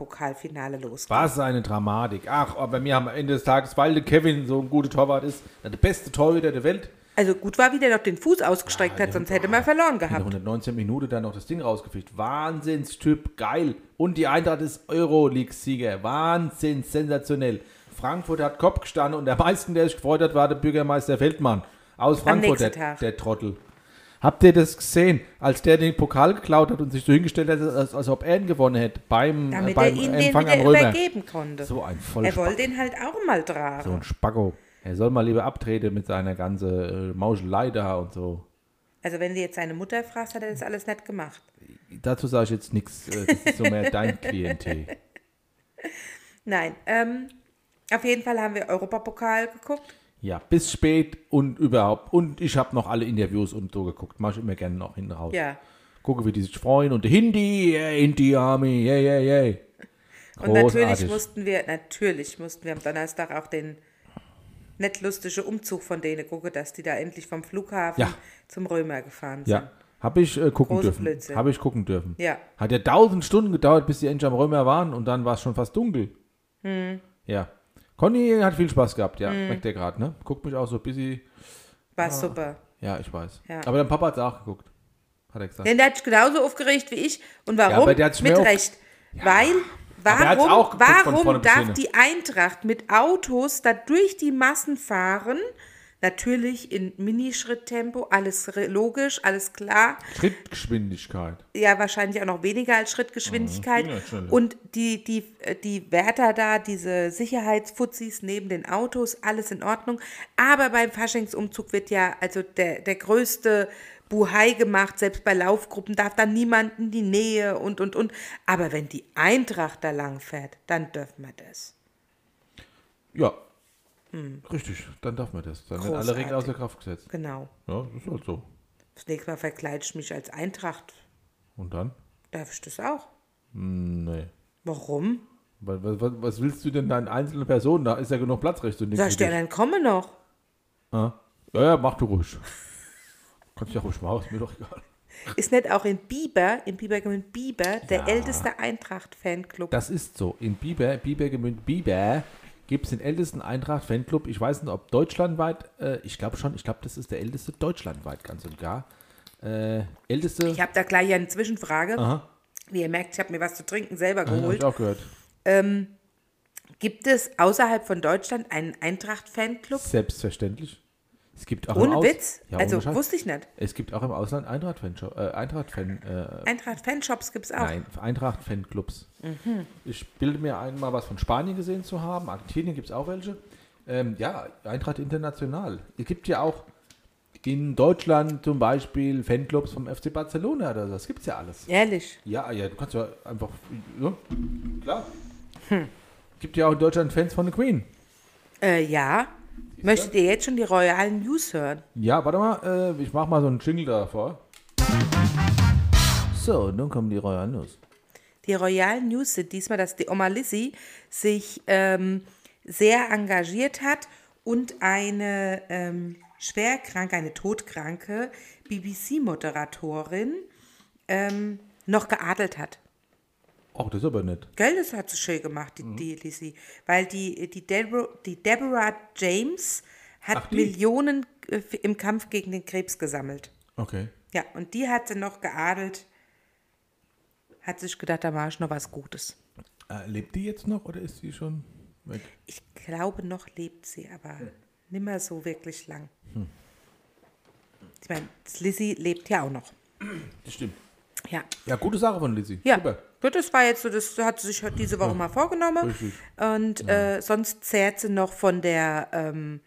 Europapokalfinale losging.
Was eine Dramatik. Ach, aber bei mir am Ende des Tages, weil der Kevin so ein guter Torwart ist, der beste Torhüter der Welt,
Also gut war, wie der noch den Fuß ausgestreckt hat, sonst hätte man verloren
in der
gehabt.
119 Minute dann noch das Ding rausgefischt. Wahnsinnstyp, geil. Und die Eintracht ist Euroleague-Sieger. Wahnsinn, sensationell. Frankfurt hat Kopf gestanden und der meisten, der sich gefreut hat, war der Bürgermeister Feldmann aus Frankfurt,
nächsten
der,
Tag.
der Trottel. Habt ihr das gesehen, als der den Pokal geklaut hat und sich so hingestellt hat, als, als ob er ihn gewonnen hätte beim, äh,
damit er
beim
ihn den
Empfang
wieder
am Römer?
übergeben konnte.
So ein voller
er wollte ihn halt auch mal tragen.
So ein Spacko. Er soll mal lieber abtreten mit seiner ganzen äh, Mauschelei da und so.
Also wenn du jetzt seine Mutter fragst, hat er das alles nicht gemacht.
Dazu sage ich jetzt nichts. äh, Das ist so mehr dein Klientel.
Nein, ähm, auf jeden Fall haben wir Europapokal geguckt.
Ja, bis spät und überhaupt. Und ich habe noch alle Interviews und so geguckt. Mache ich immer gerne noch hinten raus.
Ja.
Gucke, wie die sich freuen. Und Hindi, yeah, Hindi Army, yeah, yeah, yeah.
Und natürlich mussten wir, natürlich mussten wir am Donnerstag auch den nett lustigen Umzug von denen gucken, dass die da endlich vom Flughafen
Ja.
zum Römer gefahren sind.
Ja, habe ich äh, gucken
Große
dürfen.
Blödsinn.
Habe ich gucken dürfen.
Ja.
Hat ja tausend Stunden gedauert, bis die endlich am Römer waren und dann war es schon fast dunkel.
Hm.
Ja. Conny hat viel Spaß gehabt, ja. Merkt ihr gerade, ne? Guckt mich auch so busy.
War super.
Ja, ich weiß.
Ja.
Aber dein Papa hat auch geguckt. Hat er gesagt.
Denn der hat sich genauso aufgeregt wie ich. Und warum?
Ja, aber der hat sich
Mit
mehr auf-
Recht. Weil,
Aber er hat's
warum,
auch geguckt von vorne
warum
bis
darf
hinten.
die Eintracht mit Autos da durch die Massen fahren? Natürlich in Minischritttempo, alles re- logisch, alles klar.
Schrittgeschwindigkeit.
ja wahrscheinlich auch noch weniger als Schrittgeschwindigkeit.
Mhm, ging ja schneller.
und die, die, äh, die Wärter da, diese Sicherheitsfuzis neben den Autos, alles in Ordnung. Aber beim Faschingsumzug wird ja also der, der größte Buhai gemacht, selbst bei Laufgruppen darf dann niemand in die Nähe und und und. Aber wenn die Eintracht da lang fährt, dann dürfen wir das.
Ja. Richtig, dann darf man das. Dann werden alle
Hm. Großartig.
Regeln außer Kraft gesetzt.
Genau.
Ja, das ist halt so.
Das nächste Mal verkleide ich mich als Eintracht.
Und dann?
Darf ich das auch?
Nee.
Warum?
Was, was, was willst du denn deinen einzelnen Personen? Da ist ja genug Platz rechts und links.
Sagst du, ja,
übrig.
dann komme noch.
Ja, Ah? ja, ja mach du ruhig. Kannst ja ruhig machen, ist mir doch egal.
Ist nicht auch in Biber, in Biber Bibergemünd Biber, der
Ja.
älteste Eintracht-Fanclub?
Das ist so. In Biber, Biber gemünd Biber, gibt es den ältesten Eintracht-Fanclub. Ich weiß nicht, ob deutschlandweit, äh, ich glaube schon, ich glaube, das ist der älteste deutschlandweit, ganz und gar. Äh, älteste.
Ich habe da gleich eine Zwischenfrage.
Aha.
Wie ihr merkt, ich habe mir was zu trinken selber
Ja, hab
geholt.
ich auch gehört.
Gibt es außerhalb von Deutschland einen Eintracht-Fanclub?
Selbstverständlich. Es gibt auch im
Ohne
Aus-
Witz?
Ja,
also
ohne Scheiß.
wusste ich nicht.
Es gibt auch im Ausland Eintracht-Fan. Äh, Eintracht-Fan. Äh,
Eintracht-Fanshops gibt es auch.
nein, Eintracht-Fanclubs.
Mhm.
Ich bilde mir ein, mal was von Spanien gesehen zu haben. Argentinien gibt es auch welche. Ähm, ja, Eintracht International. Es gibt ja auch in Deutschland zum Beispiel Fanclubs vom FC Barcelona oder so. Das gibt es ja alles.
Ehrlich.
Ja, ja, du kannst ja einfach. Ja, klar.
Hm.
Gibt ja auch in Deutschland Fans von The Queen.
Äh, ja. Möchtet ihr jetzt schon die royalen News hören?
Ja, warte mal, äh, ich mach mal so einen Jingle davor. So, nun kommen die Royal News.
Die royalen News sind diesmal, dass die Oma Lizzie sich ähm, sehr engagiert hat und eine ähm, schwerkranke, eine todkranke BBC-Moderatorin ähm, noch geadelt hat.
Ach, das ist aber nett.
Gell, das hat sie schön gemacht, die,
Mhm.
die Lizzie. Weil die, die, Debra, die Deborah James hat
Ach, die?
Millionen äh, im Kampf gegen den Krebs gesammelt.
Okay.
Ja, und die hat sie noch geadelt. Hat sich gedacht, da mache ich noch was Gutes.
Äh, lebt die jetzt noch oder ist sie schon weg?
Ich glaube, noch lebt sie, aber
Hm.
nimmer so wirklich lang. Ich meine, Lizzie lebt ja auch noch.
Das stimmt.
Ja.
Ja, gute Sache von Lizzie.
Ja.
Super.
Gut, das war jetzt so, das hat sie sich heute diese Woche mal vorgenommen.
Richtig.
Und äh, sonst zehrt sie noch von der ähm,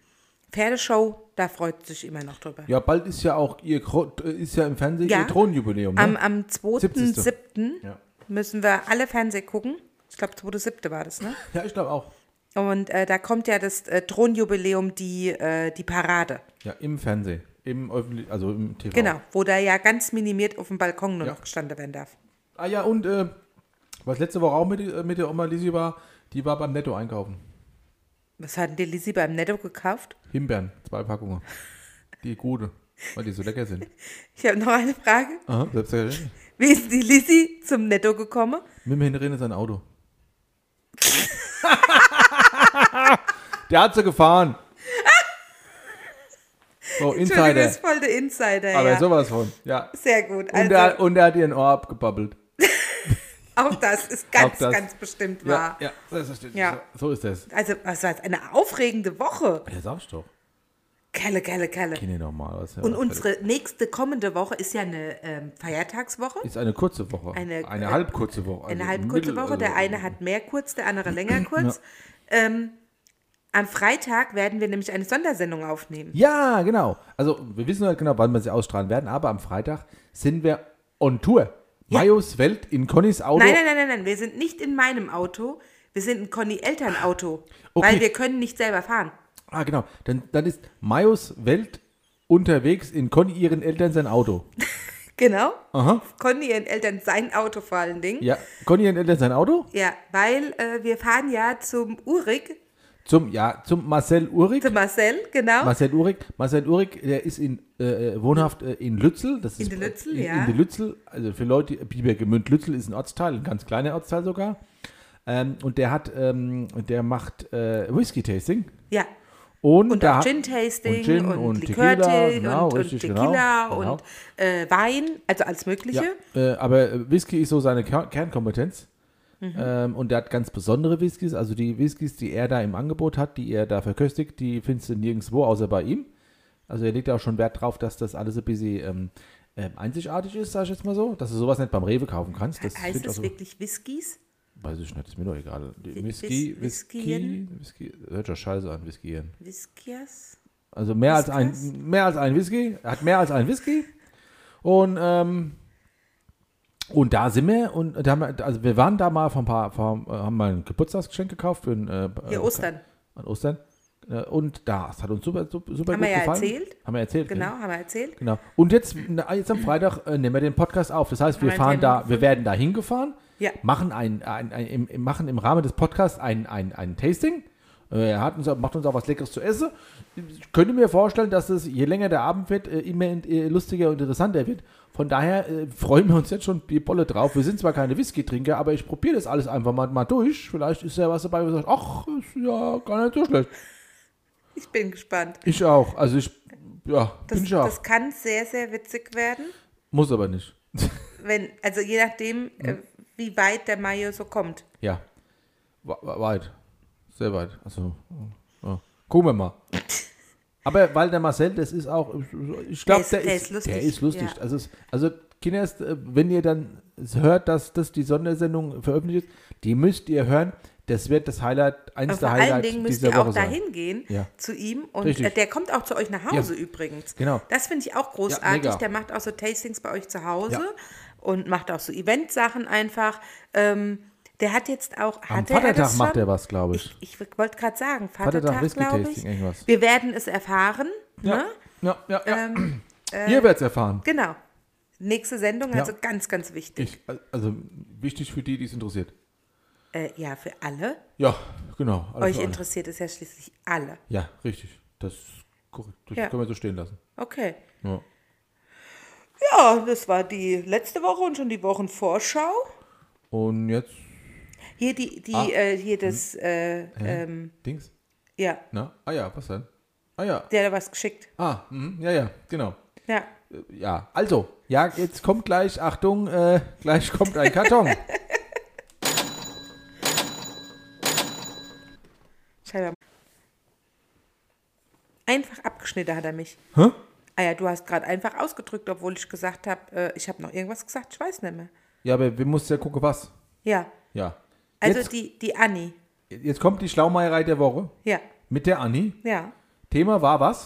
Pferdeshow. Da freut sie sich immer noch drüber.
Ja, bald ist ja auch ihr Kro- äh, ist ja im Fernsehen
Ja.
ihr Thronjubiläum. Ne?
Am, am
70..
2.7.
Ja.
müssen wir alle Fernseh gucken. Ich glaube, 2.7. war das, ne?
ja, ich glaube auch.
Und äh, da kommt ja das äh, Thronjubiläum, die, äh, die Parade.
Ja, im Fernsehen. Im öffentlich, also im TV.
Genau, wo da ja ganz minimiert auf dem Balkon nur
Ja.
noch gestanden werden darf.
Ah ja, und äh, was letzte Woche auch mit, äh, mit der Oma Lizzie war, die war beim Netto einkaufen.
Was hat denn die Lisi beim Netto gekauft?
Himbeeren, zwei Packungen. Die gute, weil die so lecker sind.
Ich habe noch eine Frage.
Aha, selbstverständlich.
Wie ist die Lisi zum Netto gekommen?
Mit dem Hinterrad ist ein Auto. der hat sie gefahren. So,
Entschuldigung, das
Insider.
ist voll der Insider,
Aber
ja.
sowas von, ja.
Sehr gut.
Und,
Also
er, und er hat ihren Ohr abgebabbelt.
auch das ist
Auch
ganz,
das.
ganz bestimmt
Ja,
wahr.
ja, das ist,
Ja.
So ist das.
Also, was war das? Eine aufregende Woche.
Ja, sagst du doch.
Kelle, Kelle, Kelle.
Kenne normal. Was ja
Und
was
unsere nächste kommende Woche ist ja eine ähm, Feiertagswoche.
Ist eine kurze Woche.
Eine-
eine
äh,
halb kurze Woche.
Eine
also
halb kurze
mittel-
Woche.
also-
Der eine hat mehr kurz, der andere länger kurz. Ähm, am Freitag werden wir nämlich eine Sondersendung aufnehmen.
Ja, genau. Also, wir wissen halt genau, wann wir sie ausstrahlen werden, aber am Freitag sind wir on Tour. Majos Welt in Connys Auto.
Nein, nein, nein, nein, nein. Wir sind nicht in meinem Auto. Wir sind in Conny Elternauto.
Okay.
Weil wir können nicht selber fahren.
Ah, genau. Dann, dann ist Majos Welt unterwegs in Conny ihren Eltern sein Auto.
Genau.
Aha.
Conny ihren Eltern sein Auto vor allen Dingen.
Ja, Conny ihren Eltern sein Auto?
Ja, weil äh, wir fahren ja zum Urik,
Zum, ja, zum Marcel Uhrig.
zu Marcel, genau.
Marcel Uhrig. Marcel Uhrig, der ist in, äh, äh, wohnhaft äh, in Lützel. Das
In
ist
der Lützel,
in,
ja.
In der Lützel, also für Leute, Bibergemünd, Lützel ist ein Ortsteil, ein ganz kleiner Ortsteil sogar. Ähm, und der hat, ähm, der macht äh, Whisky-Tasting.
ja.
Und,
Und
da
auch
hat- und Gin
Gin-Tasting und,
und
Likör
Tequila, genau,
und, und
richtig, genau,
Tequila
genau.
und äh, Wein, also alles Mögliche.
ja, äh, aber äh, Whisky ist so seine Ker Kernkompetenz.
Mhm.
Ähm, und der hat ganz besondere Whiskys, also die Whiskys, die er da im Angebot hat, die er da verköstigt, die findest du nirgendwo außer bei ihm. Also er legt da auch schon Wert drauf, dass das alles ein bisschen ähm, ähm, einzigartig ist, sag ich jetzt mal so, dass du sowas nicht beim Rewe kaufen kannst. Das also-
Heißt
find ich
es
auch so,
wirklich Whiskys?
Weiß ich nicht, ist mir doch egal. Die
Whis-
Whisky, Whisky,
Whiskyen?
Whisky, hört ja scheiße an, Whisky.
Whiskys?
Also mehr als,
Ist
ein,
krass.
mehr als ein Whisky. Er hat mehr als ein Whisky. Und, ähm, und da sind wir. Und da haben wir, also wir waren da mal vor ein paar, vor, äh, haben mal ein Geburtstagsgeschenk gekauft für ein, äh,
Ja,
äh,
Ostern.
An Ostern. Äh, Und das hat uns super, super, super
Haben
gut
wir ja
gefallen.
erzählt.
Haben wir erzählt.
Genau, haben wir erzählt.
Genau. Und jetzt, na, jetzt am Freitag äh, nehmen wir den Podcast auf. Das heißt, wir
wir einen
fahren
Termin
da, wir werden da hingefahren,
Ja.
machen, ein, ein, ein, im- im, machen im Rahmen des Podcasts ein, ein, ein Tasting. Äh, Er hat uns, macht uns auch was Leckeres zu essen. Ich könnte mir vorstellen, dass es, je länger der Abend wird, äh, immer in- äh, lustiger und interessanter wird. Von daher äh, freuen wir uns jetzt schon die Bolle drauf. Wir sind zwar keine Whisky-Trinker, aber ich probiere das alles einfach mal, mal durch. Vielleicht ist ja was dabei, wo du sagst, ach, ist ja gar nicht so schlecht.
Ich bin gespannt.
Ich auch. Also ich, ja,
Das,
bin ich auch.
das kann sehr, sehr witzig werden.
Muss aber nicht.
Wenn, also je nachdem, äh,
Hm.
wie weit der Mayo so kommt.
Ja. Wa- wa- Weit. Sehr weit. Also, ja. gucken wir mal. Aber weil der Marcel, das ist auch, ich glaube,
ist-
der,
der
ist
ist lustig.
Der ist lustig.
Ja.
Also, es, also, Kinder, ist, äh, wenn ihr dann hört, dass das die Sondersendung veröffentlicht ist, die müsst ihr hören. Das wird das Highlight, eines
Und vor
der
allen
Highlights
Dingen müsst
dieser
ihr auch
Woche sein.
dahin gehen
Ja.
zu ihm. Und
Richtig.
äh, der kommt auch zu euch nach Hause übrigens.
Genau.
Das finde ich auch
Ja,
großartig.
mega.
der macht auch so Tastings bei euch zu Hause
Ja.
und macht auch so Eventsachen einfach. Ähm, der hat jetzt auch.
Am
Hatte er
Vatertag
das
macht
schon?
er was, glaube ich.
Ich wollte gerade sagen,
Vatertag,
Vatertag,
Whisky
glaube ich.
Tasting, irgendwas.
Wir werden es erfahren.
Ja,
Ne? Ähm, äh,
ja, ja. ja. ihr werdet es erfahren.
Genau. Nächste Sendung, also ganz, ganz wichtig.
Ich, also, wichtig für die, die es interessiert.
Äh, ja, für alle.
Ja, genau. Alles
Euch
für alle.
interessiert es ja schließlich alle.
Ja, richtig. Das ist korrekt. Das
Ja.
können wir so stehen lassen.
Okay.
Ja.
Ja, das war die letzte Woche und schon die Wochenvorschau.
Und jetzt
Hier die, die,
Ah.
äh, hier das, äh, ähm,
Dings.
ja,
Na? Ah ja, was denn? Ah ja.
der hat was geschickt.
Ah, mhm, ja, ja, genau.
Ja.
Äh, Ja, also, ja, jetzt kommt gleich, Achtung, äh, gleich kommt ein Karton.
Scheinbar. Einfach abgeschnitten hat er mich.
Hä?
Ah ja, du hast gerade einfach ausgedrückt, obwohl ich gesagt habe, äh, ich habe noch irgendwas gesagt, ich weiß nicht mehr.
Ja, aber wir mussten ja gucken, was.
Ja,
Ja.
also
jetzt,
die, die Anni.
jetzt kommt die Schlaumeierei der Woche
Ja,
mit der Anni.
ja.
Thema war was?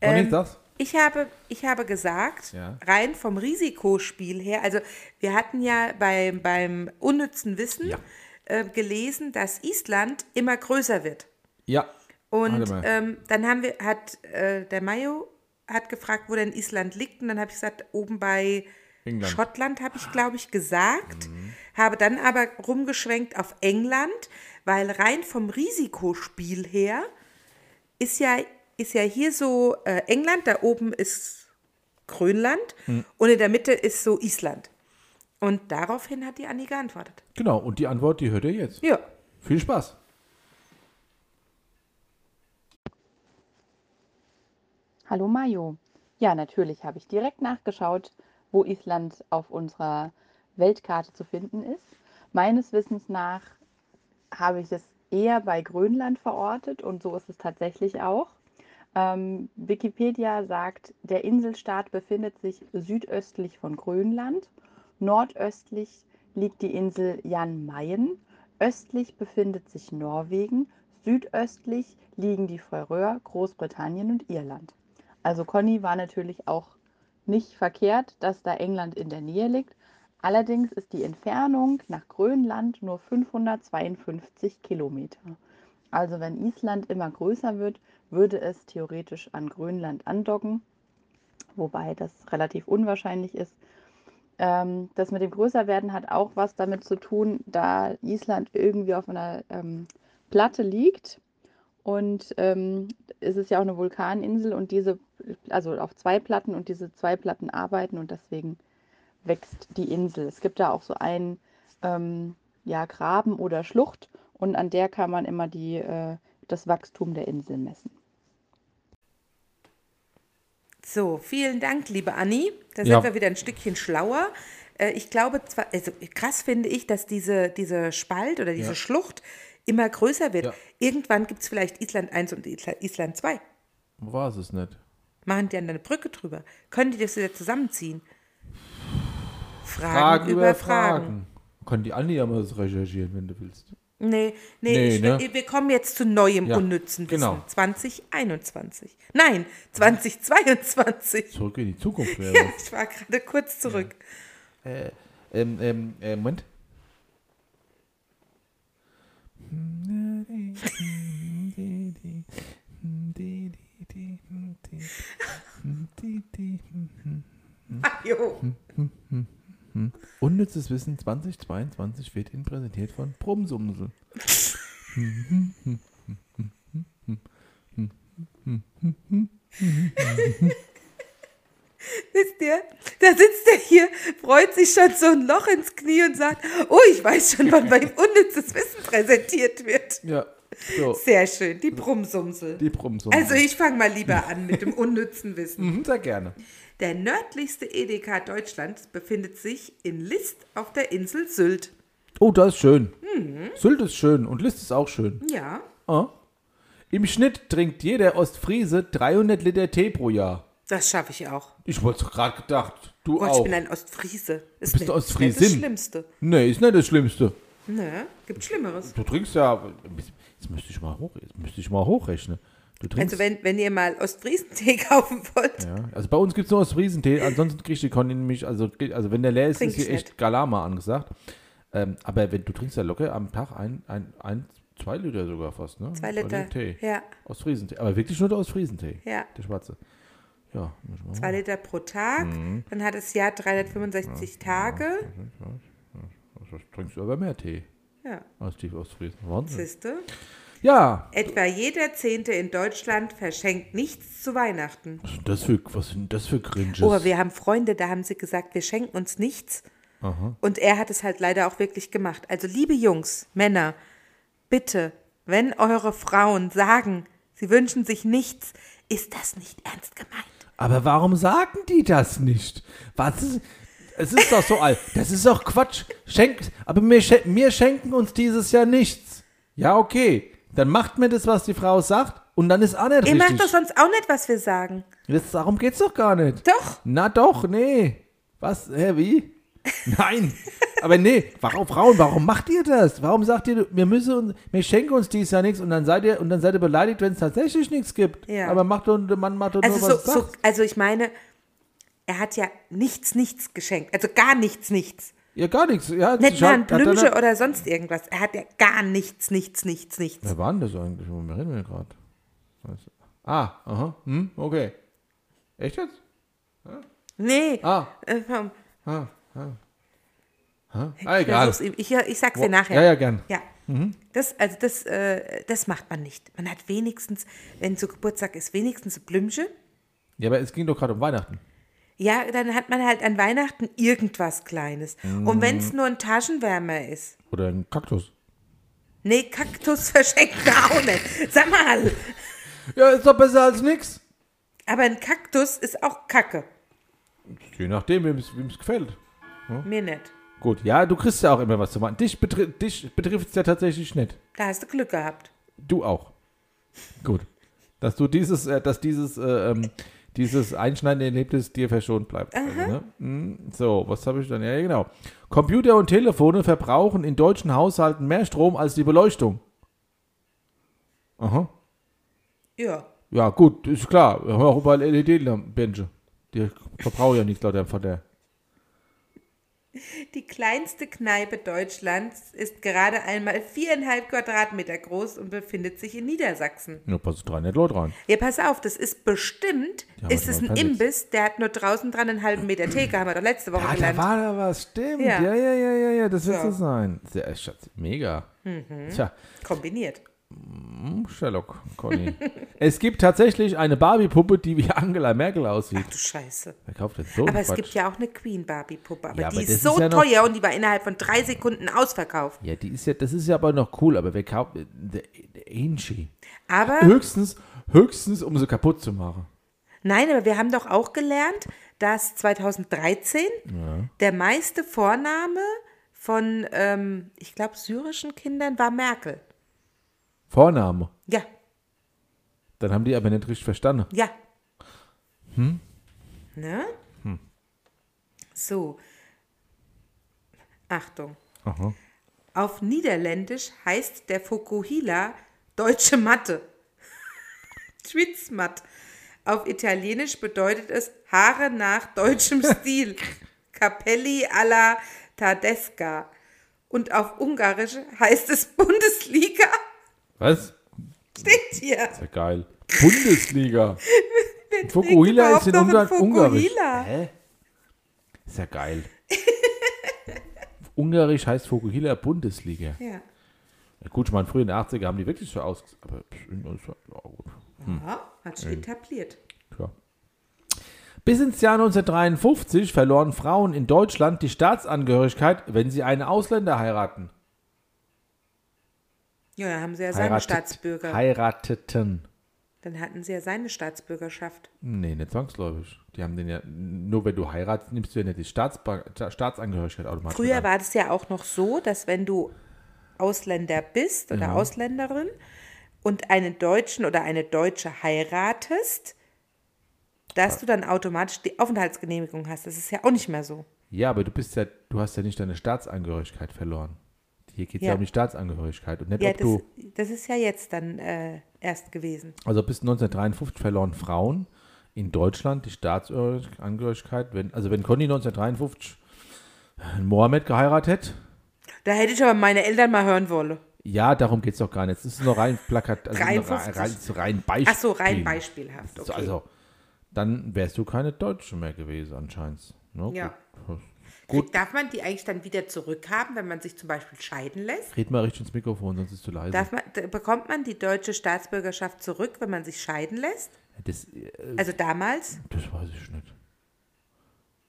War
Ähm,
nicht das?
Ich habe, ich habe gesagt,
Ja.
rein vom Risikospiel her, also wir hatten ja beim, beim unnützen Wissen
Ja.
äh, gelesen, dass Island immer größer wird.
Ja.
Und
Warte mal.
ähm, dann haben wir, hat äh, der Mayo hat gefragt, wo denn Island liegt. Und dann habe ich gesagt, oben bei
England.
Schottland, habe ich, glaube ich, gesagt. Habe dann aber rumgeschwenkt auf England, weil rein vom Risikospiel her ist ja, ist ja hier so äh, England, da oben ist Grönland und in der Mitte ist so Island. Und daraufhin hat die Annie geantwortet.
Genau, und die Antwort, die hört ihr jetzt.
Ja.
Viel Spaß.
Hallo Majo. Ja, natürlich habe ich direkt nachgeschaut, wo Island auf unserer Weltkarte zu finden ist. Meines Wissens nach habe ich das eher bei Grönland verortet und so ist es tatsächlich auch. Ähm, Wikipedia sagt, der Inselstaat befindet sich südöstlich von Grönland, nordöstlich liegt die Insel Jan Mayen, östlich befindet sich Norwegen, südöstlich liegen die Färöer, Großbritannien und Irland. Also Conny war natürlich auch nicht verkehrt, dass da England in der Nähe liegt. Allerdings ist die Entfernung nach Grönland nur 552 Kilometer. Also wenn Island immer größer wird, würde es theoretisch an Grönland andocken, wobei das relativ unwahrscheinlich ist. Ähm, das mit dem Größerwerden hat auch was damit zu tun, da Island irgendwie auf einer ähm, Platte liegt und ähm, es ist ja auch eine Vulkaninsel und diese, also auf zwei Platten und diese zwei Platten arbeiten und deswegen wächst die Insel. Es gibt da auch so einen ähm, ja, Graben oder Schlucht und an der kann man immer die, äh, das Wachstum der Insel messen.
So, vielen Dank, liebe Anni. Da
Ja.
sind wir wieder ein Stückchen schlauer. Äh, Ich glaube, zwar, also krass finde ich, dass diese, diese Spalt oder diese
Ja.
Schlucht immer größer wird.
Ja.
Irgendwann gibt es vielleicht Island 1 und Isla- Island 2.
War es es nicht?
Machen die dann eine Brücke drüber? Können die das wieder zusammenziehen? Fragen,
Fragen
über Fragen.
Kann die Anni ja mal das recherchieren, wenn du willst.
Nee, nee,
Nee,
ich,
ne?
wir kommen jetzt zu neuem
Ja,
unnützen Wissen.
genau.
2021. Nein, 2022.
Zurück in die Zukunft wäre
Ja,
das.
ich war gerade kurz zurück.
ähm, ähm, äh, Moment.
Mario.
Unnützes Wissen 2022 wird Ihnen präsentiert von Brumsumsel.
Wisst ihr, da sitzt er hier, freut sich schon so ein Loch ins Knie und sagt, oh, ich weiß schon, wann bei ihm unnützes Wissen präsentiert wird.
Ja, so,
Sehr schön, die Brummsumsel.
die Brumsumsel.
Also ich fange mal lieber an mit dem unnützen Wissen.
Mhm, sehr gerne.
Der nördlichste Edeka Deutschlands befindet sich in List auf der Insel Sylt.
Oh, das ist schön.
Mhm.
Sylt ist schön und List ist auch schön.
Ja,
Ah. Im Schnitt trinkt jeder Ostfriese 300 Liter Tee pro Jahr.
das schaffe ich auch. Oh
Ich wollte es gerade gedacht. Du
Gott, ich
auch.
bin ein Ostfriese. Ist
bist eine
nicht- ist nicht Das
Ostfriesin.
Schlimmste.
Nee, ist nicht das Schlimmste.
Ne, gibt Schlimmeres.
Du trinkst ja. Jetzt müsste ich mal, hoch, jetzt müsste ich mal hochrechnen. Du trinkst.
Also wenn, wenn ihr mal Ostfriesentee kaufen wollt,
ja. also bei uns gibt es nur Ostfriesentee. Ansonsten kriegt die Conny nämlich. Also, geht- also wenn der leer ist,
Trink
ist hier
ich
echt
nicht.
Galama angesagt. Ähm, aber wenn du trinkst ja locker am Tag ein, ein, ein zwei Liter sogar fast, ne?
zwei Liter.
Tee.
Ja,
Ostfriesentee. Aber wirklich nur der Ostfriesentee.
ja.
Der schwarze. Ja, muss ich mal
Zwei Liter pro Tag. Dann hat das Jahr 365 Tage.
Also trinkst du aber mehr Tee
Ja,
als die Ostfriesen. Wahnsinn.
siehste.
Ja,
Etwa jeder Zehnte in Deutschland verschenkt nichts zu Weihnachten.
was sind das für, was sind das für Grinches?
Oh, wir haben Freunde, da haben sie gesagt, wir schenken uns nichts. Und er hat es halt leider auch wirklich gemacht. Also, liebe Jungs, Männer, bitte, wenn eure Frauen sagen, sie wünschen sich nichts, ist das nicht ernst gemeint.
aber warum sagen die das nicht? Was ist, es ist doch so alt. Das ist doch Quatsch. Schenkt, aber wir, schen- wir schenken uns dieses Jahr nichts. Ja, okay. Dann macht mir das, was die Frau sagt und dann ist auch nicht
Ihr macht doch
richtig.
sonst auch nicht, was wir sagen.
Das, darum geht's doch gar nicht.
Doch.
Na doch,
Hm.
nee. Was? Hä, wie? Nein. Aber nee, warum Frauen, warum macht ihr das? Warum sagt ihr, wir müssen uns, wir schenken uns dies Jahr nichts und dann seid ihr und dann seid ihr beleidigt, wenn es tatsächlich nichts gibt.
Ja.
Aber macht doch, der Mann macht doch
Also,
nur was
so,
er
so,
sagt.
also ich meine, er hat ja nichts, nichts geschenkt. Also gar nichts, nichts.
Ja, gar nichts. Ja,
Nicht
ich hab-
mal ein
hat er
Blümsche
nicht-
oder sonst irgendwas. Er hat ja gar nichts, nichts, nichts, nichts.
Wer war denn das eigentlich? Worüber reden wir gerade? Ah, aha, hm, okay. Echt jetzt?
Nee.
Ah,
Äh, komm.
ah
Ich
egal.
versuch's ihm. Ich, ich sag's dir
Wo-
nachher.
Ja, Mhm. ja, gern.
Ja. Das, also das, äh, das macht man nicht. Man hat wenigstens, wenn so Geburtstag ist, wenigstens ein Blümchen.
Ja, aber es ging doch gerade um Weihnachten.
Ja, dann hat man halt an Weihnachten irgendwas Kleines.
Mhm.
Und wenn es nur ein Taschenwärmer ist.
Oder ein Kaktus.
Nee, Kaktus verschenkt man auch nicht. Sag mal.
Ja, ist doch besser als nichts.
Aber ein Kaktus ist auch Kacke.
Je nachdem, wem es gefällt.
Mir nicht.
Gut, ja, du kriegst ja auch immer was zu machen. Dich, betri dich betrifft es ja tatsächlich nicht.
Da hast du Glück gehabt.
Du auch. Gut. dass du dieses, äh, dass dieses, äh, ähm, dieses einschneidende Erlebnis dir verschont bleibt. Also, ne? Mm, So, was habe ich dann? Ja, genau. Computer und Telefone verbrauchen in deutschen Haushalten mehr Strom als die Beleuchtung. Aha.
Ja.
Ja, gut, ist klar. Wir haben auch überall LED-Bänche. Die verbrauchen ja nichts lauter von der.
Die kleinste Kneipe Deutschlands ist gerade einmal viereinhalb Quadratmeter groß und befindet sich in Niedersachsen.
Ja, passen 300 Leute rein.
Ja, pass auf, das ist bestimmt,
Ja, aber
ist
die
es
haben
ein
keinen Sitz.
Imbiss, der hat nur draußen dran einen halben Meter Theke, haben wir doch letzte Woche
Ah, da
gelernt.
war da was, stimmt. Ja,
Ja.
ja, ja, ja, ja, das wird
Ja.
so sein. Sehr, äh, Schatz, mega.
Mhm.
Tja,
Kombiniert.
hm, Sherlock, Conny. es gibt tatsächlich eine Barbie-Puppe, die wie Angela Merkel aussieht.
Ach du Scheiße.
Wer kauft denn so
Aber
einen
es gibt
Oh, Quatsch?
ja auch eine Queen Barbie Puppe, aber
Ja,
die
aber das
ist so
ist ja noch-
teuer und die war innerhalb von drei Sekunden ausverkauft.
Ja, die ist ja, das ist ja aber noch cool, aber wer kauft äh, der, der Angie?
Aber
Höchstens, höchstens, um sie kaputt zu machen.
nein, aber wir haben doch auch gelernt, dass 2013 der meiste Vorname von, ähm, ich glaube, syrischen Kindern war Merkel.
Vorname.
Ja,
Dann haben die aber nicht richtig verstanden.
ja. Hm? Ne? So. Achtung.
Aha.
Auf Niederländisch heißt der Fokuhila deutsche Matte. Schwitzmatt. Auf Italienisch bedeutet es Haare nach deutschem Stil. Capelli alla Tedesca. Und auf Ungarisch heißt es Bundesliga.
Was?
Steht hier.
Ist ja geil. Bundesliga. Fukuhila ist
überhaupt
in
noch in
Ungarn Ungarisch.
Fukuhila?
Hä? Ist ja geil. Ungarisch heißt Fukuhila Bundesliga.
Ja.
Ja, gut, ich meine, früher in den 80er haben die wirklich so aus... Aber pff, das war- ja, gut.
Ja, hat sich etabliert.
Tja. Bis ins Jahr 1953 verloren Frauen in Deutschland die Staatsangehörigkeit, wenn sie einen Ausländer heiraten.
Ja, dann haben sie ja seine Staatsbürger.
Heirateten.
Dann hatten sie ja seine Staatsbürgerschaft.
Nee, nicht zwangsläufig. Die haben den ja, nur wenn du heiratest, nimmst du ja nicht die Staatsba Staatsangehörigkeit automatisch. mit
Früher
an.
war das ja auch noch so, dass wenn du Ausländer bist
Mhm.
oder Ausländerin und einen Deutschen oder eine Deutsche heiratest, dass du dann automatisch die Aufenthaltsgenehmigung hast. Das ist ja auch nicht mehr so.
Ja, aber du bist ja, du hast ja nicht deine Staatsangehörigkeit verloren. Hier geht es ja.
Ja.
um die Staatsangehörigkeit und nicht,
Ja,
ob
das,
du,
das ist ja jetzt dann äh, erst gewesen.
also bis 1953 verloren Frauen in Deutschland die Staatsangehörigkeit, wenn, also wenn Conny 1953 einen Mohammed geheiratet hätte,
Da hätte ich aber meine Eltern mal hören wollen.
ja, darum geht es doch gar nicht. Es ist nur rein plakat, also rein,
53.
rein, rein Beispiel.
Ach so, rein beispielhaft. Okay.
So, Also, dann wärst du keine Deutsche mehr gewesen anscheinend. Ne?
Ja.
Gut.
Kriegt- Darf man die eigentlich dann wieder zurückhaben, wenn man sich zum Beispiel scheiden lässt?
Red mal richtig ins Mikrofon, sonst ist du leise.
Darf man, d- bekommt man die deutsche Staatsbürgerschaft zurück, wenn man sich scheiden lässt?
das, äh,
Also damals?
das weiß ich nicht.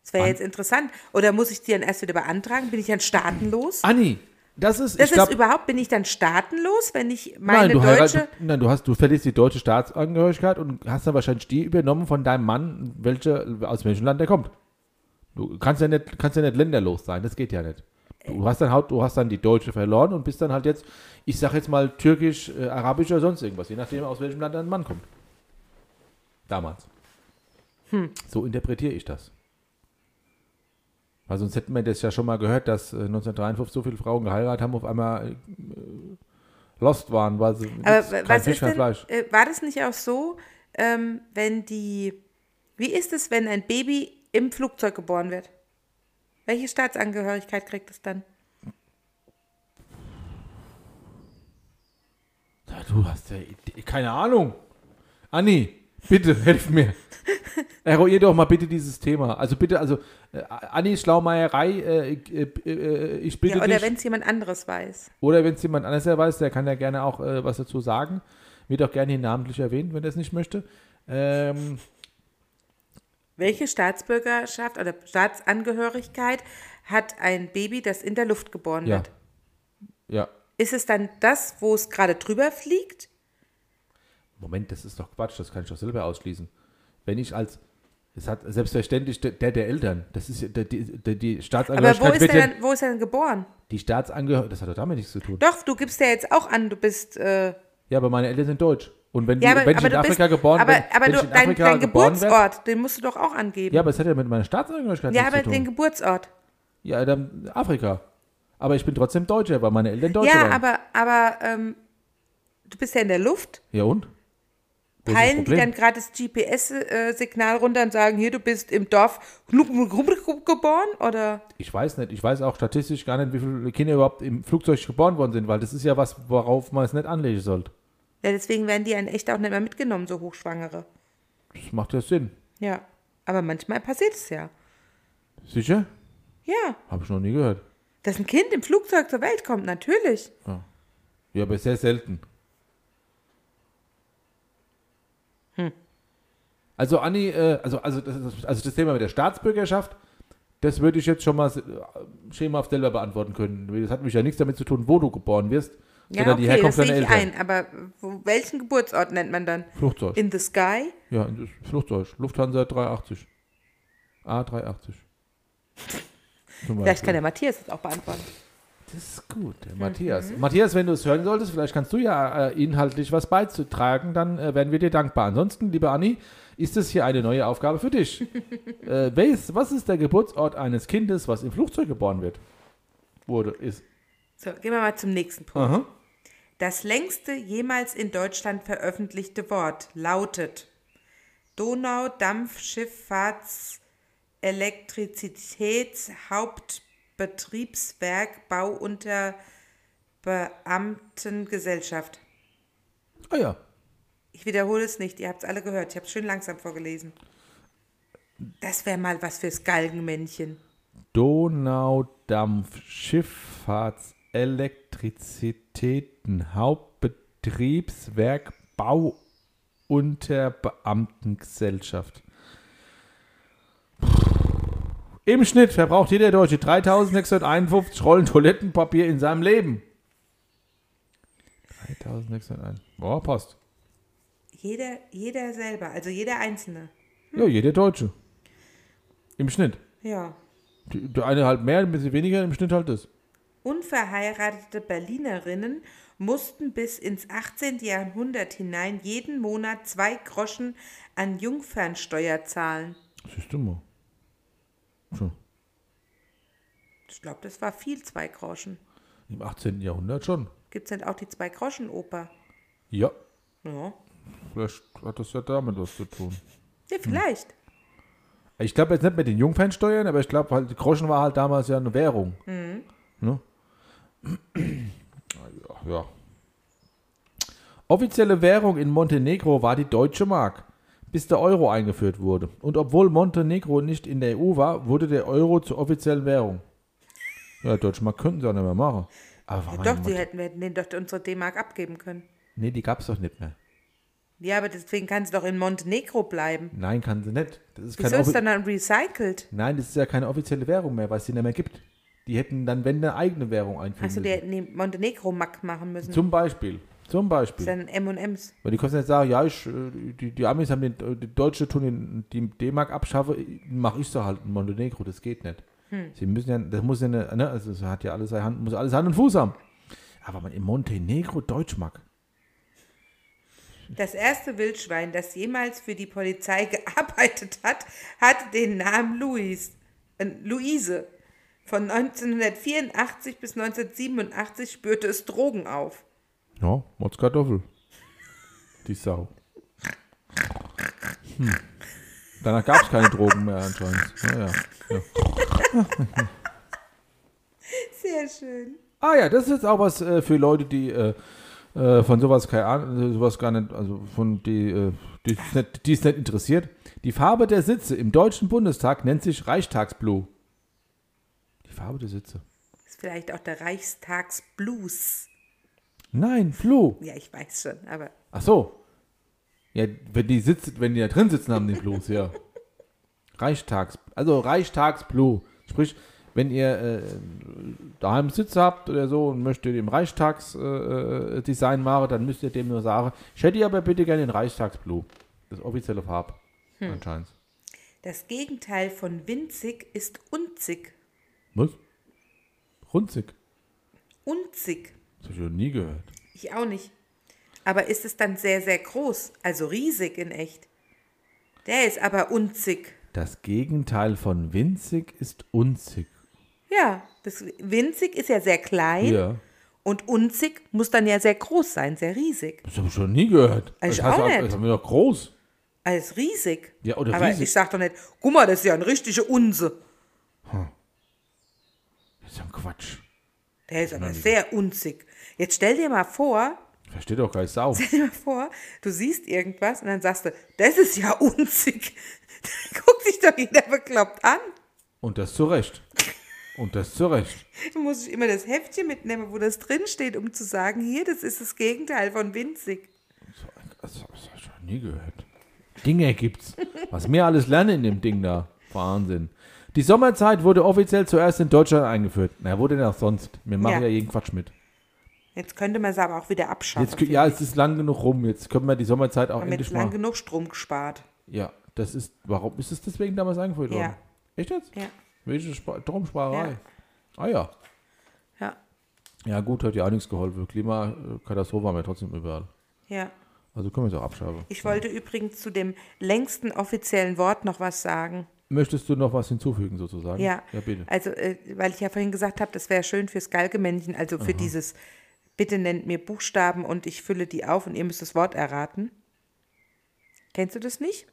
Das wäre jetzt interessant. Oder muss ich die dann erst wieder beantragen? Bin ich dann staatenlos?
Anni, das ist,
Das
ich glaub,
ist überhaupt, bin ich dann staatenlos, wenn ich
nein,
meine
du
deutsche.
heiratest, nein, du hast, du verlierst die deutsche Staatsangehörigkeit und hast dann wahrscheinlich die übernommen von deinem Mann, welche, aus welchem Land der kommt. Du kannst ja nicht, kannst ja nicht länderlos sein, das geht ja nicht. Du hast dann halt, du hast dann die Deutsche verloren und bist dann halt jetzt, ich sag jetzt mal türkisch, äh, arabisch oder sonst irgendwas, je nachdem aus welchem Land dein Mann kommt. Damals. So interpretiere ich das. Weil sonst hätten wir das ja schon mal gehört, dass äh, 1953 so viele Frauen geheiratet haben, auf einmal äh, lost waren, weil sie
Aber
nix,
w-
kein
was
Fisch,
ist
kein
denn,
Fleisch.
äh, war das nicht auch so, ähm, wenn die. Wie ist es, wenn ein Baby im Flugzeug geboren wird? Welche Staatsangehörigkeit kriegt es dann?
Ja, du hast ja keine Ahnung. Anni, bitte, helf mir. Eruier doch mal bitte dieses Thema. Also bitte, also äh, Anni Schlaumeierei, äh, äh, äh, ich bitte
Ja, oder
dich.
wenn es jemand anderes weiß.
oder wenn es jemand anders ja weiß, der kann ja gerne auch äh, was dazu sagen. Wird auch gerne hier namentlich erwähnt, wenn er es nicht möchte. Ähm,
Welche Staatsbürgerschaft oder Staatsangehörigkeit hat ein Baby, das in der Luft geboren
ja.
wird?
Ja.
Ist es dann das, wo es gerade drüber fliegt?
Moment, das ist doch Quatsch, das kann ich doch selber ausschließen. Wenn ich als, es hat selbstverständlich der der, der Eltern, das ist ja- der, die, der, die
Aber wo
Staatsangehörigkeit
ist,
wird
er
ja,
denn, wo ist er denn geboren?
die Staatsangehörigkeit, das hat doch damit nichts zu tun.
Doch, du gibst ja jetzt auch an, du bist. Äh,
Ja, aber meine Eltern sind deutsch. Und wenn,
Ja,
die,
aber-
wenn ich
aber
in
du
Afrika
bist-
geboren
aber,
bin,
aber
wenn
du,
ich in
dein,
Afrika
dein
geboren wär-
Geburtsort, den musst du doch auch angeben.
Ja, aber es hat ja mit meiner Staatsangehörigkeit
Ja,
nichts
aber
zu
den
tun.
Geburtsort.
Ja, dann Afrika. Aber ich bin trotzdem Deutscher, weil meine Eltern Deutsche
Ja,
waren.
aber, aber ähm, du bist ja in der Luft.
ja, und? Wo ist das
Peilen die
Problem?
dann gerade das GPS-Signal äh, runter und sagen, hier, du bist im Dorf geboren? Oder?
Ich weiß nicht. Ich weiß auch statistisch gar nicht, wie viele Kinder überhaupt im Flugzeug geboren worden sind, weil das ist ja was, worauf man es nicht anlegen sollte.
Ja, deswegen werden die ja in echt auch nicht mehr mitgenommen, so Hochschwangere.
Das macht ja Sinn.
Ja. Aber manchmal passiert es ja.
Sicher?
Ja.
Habe ich noch nie gehört.
Dass ein Kind im Flugzeug zur Welt kommt, natürlich.
Ja, aber sehr selten.
Hm.
Also Anni, äh, also, also, das, also das Thema mit der Staatsbürgerschaft, das würde ich jetzt schon mal s- äh, schemenhaft selber beantworten können. Das hat mich ja nichts damit zu tun, wo du geboren wirst,
Ja,
sondern die
okay, das
Herkunft deiner
sehe ich
Eltern.
ein. Aber wo, welchen Geburtsort nennt man dann?
Flugzeug.
In the Sky?
ja, das Flugzeug. Lufthansa 380. A380. Zum
Vielleicht
Beispiel.
kann Mhm. der Matthias das auch beantworten.
Das ist gut, der Matthias. Matthias, wenn du es hören solltest, vielleicht kannst du ja äh, inhaltlich was beizutragen, dann äh, wären wir dir dankbar. Ansonsten, liebe Anni, ist es hier eine neue Aufgabe für dich. äh, welches, was ist der Geburtsort eines Kindes, was im Flugzeug geboren wird? Wurde, ist.
So, gehen wir mal zum nächsten Punkt.
Aha.
Das längste jemals in Deutschland veröffentlichte Wort lautet Donau Dampfschifffahrts Elektrizitätshauptbetriebswerk Bau unter Beamtengesellschaft.
Ah ja.
Ich wiederhole es nicht, ihr habt es alle gehört. Ich habe es schön langsam vorgelesen. Das wäre mal was fürs Galgenmännchen.
Donaudampf Schifffahrts Elektrizitäten Hauptbetriebswerk Bau unter Beamtengesellschaft. Im Schnitt verbraucht jeder Deutsche 3651 Rollen Toilettenpapier in seinem Leben. 3601. Boah, passt.
Jeder, jeder selber, also jeder Einzelne.
Ja, jeder Deutsche. Im Schnitt.
Ja.
Die- Der eine halt mehr, ein bisschen weniger, im Schnitt halt das.
Unverheiratete Berlinerinnen mussten bis ins 18. Jahrhundert hinein jeden Monat zwei Groschen an Jungfernsteuer zahlen.
Siehst du mal. Tja.
Ich glaube, das war viel, zwei Groschen.
Im 18. Jahrhundert schon.
Gibt es denn auch die Zwei-Groschen-Oper?
Ja,
Ja.
vielleicht hat das ja damit was zu tun.
ja, vielleicht.
Ich glaube jetzt nicht mit den Jungfernsteuern, aber ich glaube, halt, Groschen war halt damals ja eine Währung. Ne? ja, ja. Offizielle Währung in Montenegro war die deutsche Mark, bis der Euro eingeführt wurde. Und obwohl Montenegro nicht in der EU war, wurde der Euro zur offiziellen Währung. Ja, deutsche Mark könnten sie auch nicht mehr machen. Aber warum
doch, sie hätten, wir hätten denen doch unsere D-Mark abgeben können.
nee, die gab es doch nicht mehr.
Ja, aber deswegen kann es doch in Montenegro bleiben.
Nein, kann sie nicht. Das ist
Wieso
kein
ist dann dann recycelt?
Nein, das ist ja keine offizielle Währung mehr, weil es die nicht mehr gibt. Die hätten dann, wenn, eine eigene Währung einführen
Achso, die
müssen.
hätten die Montenegro-Mack machen müssen.
Zum Beispiel. Zum
Das ist
Beispiel.
dann M&M's.
Weil die können nicht sagen, ja, ich, äh, die, die Amis haben den, äh, die Deutsche tun den, die D-Mark abschaffe, mache ich so halt in Montenegro, das geht nicht.
Hm.
Sie müssen ja, das muss ja eine, ne, also es hat ja alles Hand, muss alles Hand und Fuß haben. Aber man, in Montenegro Deutschmark.
Das erste Wildschwein, das jemals für die Polizei gearbeitet hat, hatte den Namen Louis, äh, Luise. Von 1984 bis 1987 spürte es Drogen auf.
Ja, Motzkartoffel. Die Sau. Hm. Danach gab es keine Drogen mehr anscheinend. Ja, ja.
Sehr schön.
Ah ja, das ist jetzt auch was äh, für Leute, die äh, äh, von sowas keine Ahnung, äh, sowas gar nicht, also von die, äh, die es nicht, die es nicht interessiert. Die Farbe der Sitze im Deutschen Bundestag nennt sich Reichstagsblue. Die Farbe der Sitze.
Ist vielleicht auch der Reichstagsblues.
Nein, Blue.
Ja, ich weiß schon, aber
Ach so. Ja, wenn die sitzt, wenn die da drin sitzen, haben die Blues, ja. Reichstags, also Reichstagsblue. Sprich, wenn ihr äh, daheim Sitz habt oder so und möchtet im Reichstagsdesign äh, Design machen, dann müsst ihr dem nur sagen, ich hätte aber bitte gerne den Reichstagsblue. Das ist offizielle Farb
Hm.
anscheinend.
das Gegenteil von winzig ist unzig.
Was? Runzig.
Unzig.
Das habe ich noch nie gehört.
Ich auch nicht. Aber ist es dann sehr, sehr groß, also riesig in echt? Der ist aber unzig.
Das Gegenteil von winzig ist unzig.
Ja, das winzig ist ja sehr klein
Ja.
und unzig muss dann ja sehr groß sein, sehr riesig.
Das habe ich schon nie gehört.
Ich
das heißt
auch
ja-
nicht.
Das haben wir doch groß.
Als riesig.
Ja, oder
aber
riesig.
ich sag doch nicht, guck mal, das ist ja ein richtiger Unse.
Das ist ja ein Quatsch.
Der ist aber sehr unzig. Jetzt stell dir mal vor,
Versteht doch gar nicht Sau.
stell dir mal vor, du siehst irgendwas und dann sagst du, das ist ja unzig. Dann guckt sich doch jeder bekloppt an.
Und das zu Recht. Und das zu Recht.
Muss ich immer das Heftchen mitnehmen, wo das drin steht, um zu sagen, hier, das ist das Gegenteil von winzig.
So, Das habe ich schon nie gehört. Dinge gibt's. Was wir alles lernen in dem Ding da. Wahnsinn. Die Sommerzeit wurde offiziell zuerst in Deutschland eingeführt. Na, wo denn auch sonst? Wir machen ja,
Ja.
jeden Quatsch mit.
Jetzt könnte man es aber auch wieder abschaffen.
Jetzt, kü- ja, es ist lang genug rum. Jetzt können wir die Sommerzeit auch
haben jetzt
endlich
lang
mal.
genug Strom gespart.
Ja, das ist. Warum ist es deswegen damals eingeführt
Ja.
worden? Echt jetzt?
Ja.
Welche Spa- Stromsparerei?
Ja.
Ah ja.
Ja,
Ja, gut, hat ja auch nichts geholfen. Klimakatastrophe haben wir trotzdem überall.
ja.
Also können wir es auch abschaffen.
Ich wollte übrigens zu dem längsten offiziellen Wort noch was sagen.
Möchtest du noch was hinzufügen, sozusagen?
Ja,
Ja, bitte.
also äh, weil ich ja vorhin gesagt habe, das wäre schön fürs Galgemännchen, also für dieses Bitte nennt mir Buchstaben und ich fülle die auf und ihr müsst das Wort erraten. Kennst du das nicht?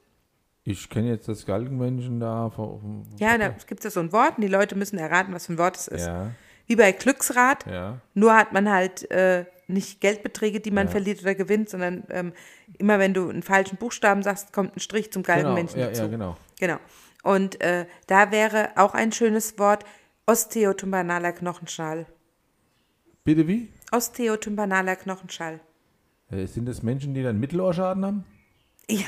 Ich kenne jetzt das Galgenmenschen da. Vom,
Ja, da gibt es ja so ein Wort und die Leute müssen erraten, was für ein Wort es ist.
ja,
Wie bei Glücksrad,
ja.
Nur hat man halt äh, nicht Geldbeträge, die man
Ja.
verliert oder gewinnt, sondern ähm, immer wenn du einen falschen Buchstaben sagst, kommt ein Strich zum
Genau,
Galgenmenschen
ja,
dazu.
ja, genau.
genau. Und äh, da wäre auch ein schönes Wort osteotympanaler Knochenschall.
Bitte wie?
Osteotympanaler Knochenschall.
Äh, sind das Menschen, die dann Mittelohrschaden haben?
Ja,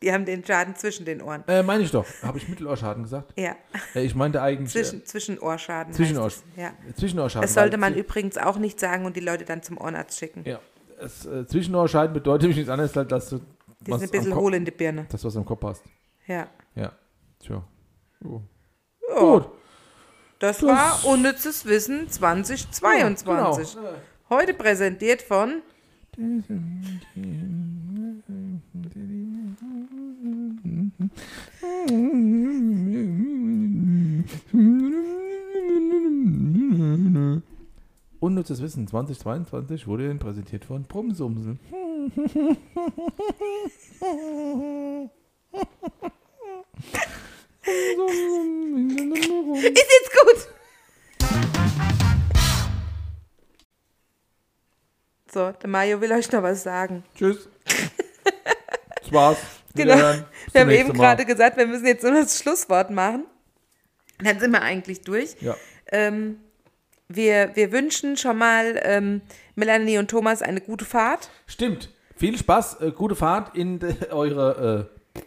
die haben den Schaden zwischen den Ohren.
Äh, meine ich doch. Habe ich Mittelohrschaden gesagt?
Ja,
Äh, ich meinte eigentlich.
zwischen, Zwischenohrschaden.
Äh,
heißt
Zwischenohrs
es. Ja.
Zwischenohrschaden.
Das sollte
weil-
man übrigens auch nicht sagen und die Leute dann zum Ohrenarzt schicken.
Ja. Das, äh, Zwischenohrschaden bedeutet nämlich nichts anderes, als dass du.
Die
was
sind ein
am
bisschen
Kopf-
hohl in die Birne.
Das, was am Kopf passt.
Ja.
Ja. Tja.
Oh,
Jo.
Ja.
Gut.
Das,
Das-
war unnützes Wissen 2022.
Ja, genau.
Heute präsentiert von
Unnützes Wissen 2022 wurde Ihnen präsentiert von Brummsumsel.
Ist jetzt gut. So, der Mario will euch noch was sagen.
Tschüss. Das war's.
Genau.
Wiederhören. Bis zum
Wir haben eben
nächsten Mal.
gerade gesagt, wir müssen jetzt nur das Schlusswort machen. Dann sind wir eigentlich durch.
Ja.
Ähm, wir, wir wünschen schon mal ähm, Melanie und Thomas eine gute Fahrt.
Stimmt. Viel Spaß, äh, gute Fahrt in de, eure äh,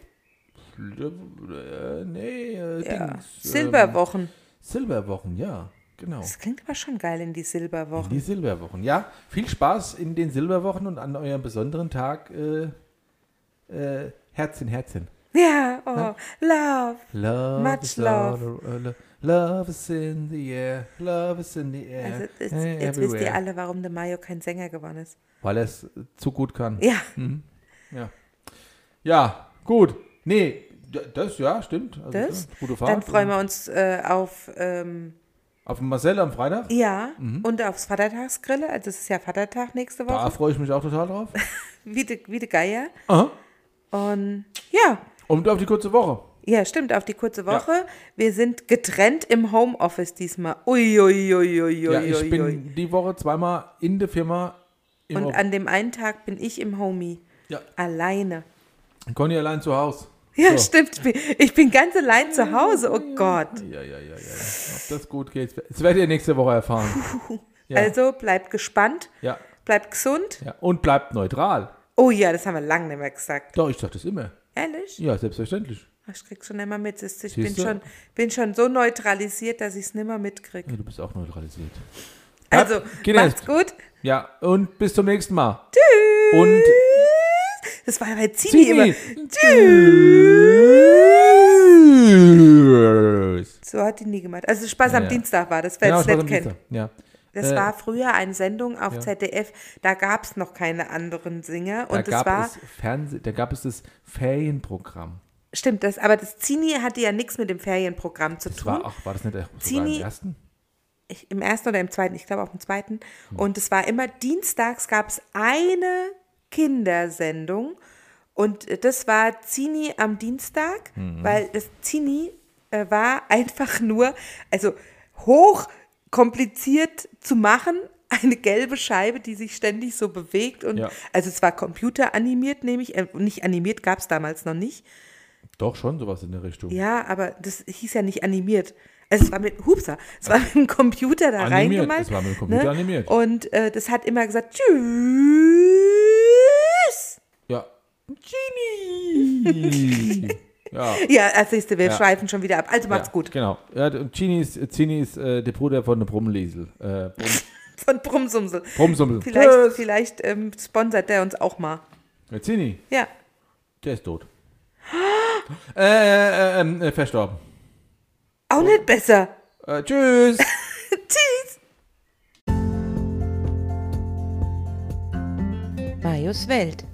äh, nee, äh,
Ja.
Dings, Ähm,
Silberwochen.
Silberwochen, ja, genau.
Das klingt aber schon geil in die Silberwochen.
Die Silberwochen, ja. Viel Spaß in den Silberwochen und an eurem besonderen Tag. Äh, äh, Herzchen, Herzchen.
ja, oh, love.
Love
Much
is all ar- lo- Love is in the air. Love is in the air.
Also jetzt,
eh,
jetzt wisst ihr
everywhere.
alle, warum der Mayo kein Sänger geworden ist.
Weil er es äh, zu gut kann.
Ja,
Ja. Ja, gut. Nee, d- das, ja, stimmt. Also,
das.
ja, Gute Fahrt.
Dann freuen wir uns äh, auf ähm,
Auf den Marcel am Freitag.
ja
Mhm.
und aufs Vatertagsgrille. Also es ist ja Vatertag nächste
Da
Woche.
freue ich mich auch total drauf.
Wie de, wie de Geier.
Aha.
Und ja,
Und auf die kurze Woche.
ja, stimmt, auf die kurze Woche. Wir sind getrennt im Homeoffice diesmal. Uiuiuiuiui.
ja, ich bin die Woche zweimal in der Firma. Im
und
Hof-
an dem einen Tag bin ich im Homie.
Ja.
Alleine.
Conny allein zu Hause.
Ja,
So.
stimmt. Ich bin- Ich bin ganz allein zu Hause. Oh Gott.
Ja, ja, ja, ja. ja. Ob das gut geht, das werdet ihr nächste Woche erfahren. Ja.
Also bleibt gespannt,
Ja,
bleibt gesund.
ja. Und bleibt neutral.
Oh ja, das haben wir lange nicht mehr gesagt.
Doch, ich sag das immer.
Ehrlich?
Ja, selbstverständlich.
Ich krieg's schon immer mit. Siehst du, Ich bin
Siehste?
schon, bin schon so neutralisiert, dass ich's nimmer mitkrieg.
Ja, du bist auch neutralisiert.
Also,
geht
macht's
jetzt.
gut.
Ja, und bis zum nächsten Mal. Tschüss. Und
Das war bei Zini immer.
Tini. Tschüss.
So hat die nie gemacht. Also Spaß am
Ja.
Also Dienstag war das, wer es
Spaß am
nicht kennt.
Dienstag. Ja.
Das
Äh,
war früher eine Sendung auf
ja.
ZDF, da gab es noch keine anderen Singer.
Da
Und das
gab,
war,
es Fernseh, da gab es das Ferienprogramm.
stimmt, das, aber das Zini hatte ja nichts mit dem Ferienprogramm zu
Das
tun.
war, ach, war das nicht auch sogar
Zini-
im ersten?
ich, im ersten oder im zweiten, ich glaube auch im zweiten. Und es war immer dienstags gab es eine Kindersendung und äh, das war Zini am Dienstag, weil das Zini äh, war einfach nur, also hoch kompliziert zu machen, eine gelbe Scheibe, die sich ständig so bewegt und
Ja.
also es war computeranimiert, nämlich äh, nicht animiert gab es damals noch nicht.
Doch, schon sowas in der Richtung.
Ja, aber das hieß ja nicht animiert. Also es war mit Hupsa, es war mit dem Computer da
Animiert,
reingemalt.
es war mit dem Computer animiert.
Und äh, das hat immer gesagt, tschüss.
Ja. Genie! ja.
Ja, also siehst du, wir
Ja.
schweifen schon wieder ab. Also macht's
ja,
gut.
Genau. Ja, und Genie ist, Genie ist äh, der Bruder von der Brummeliesel. Äh, Brumm,
Von Brumsumsel.
Brummsummel.
Vielleicht,
Tschüss.
vielleicht ähm, sponsert der uns auch mal.
Der Genie,
Ja.
der ist tot. äh, äh, ähm, äh, verstorben.
Auch nicht besser.
Äh, tschüss!
Tschüss.
Majos Welt.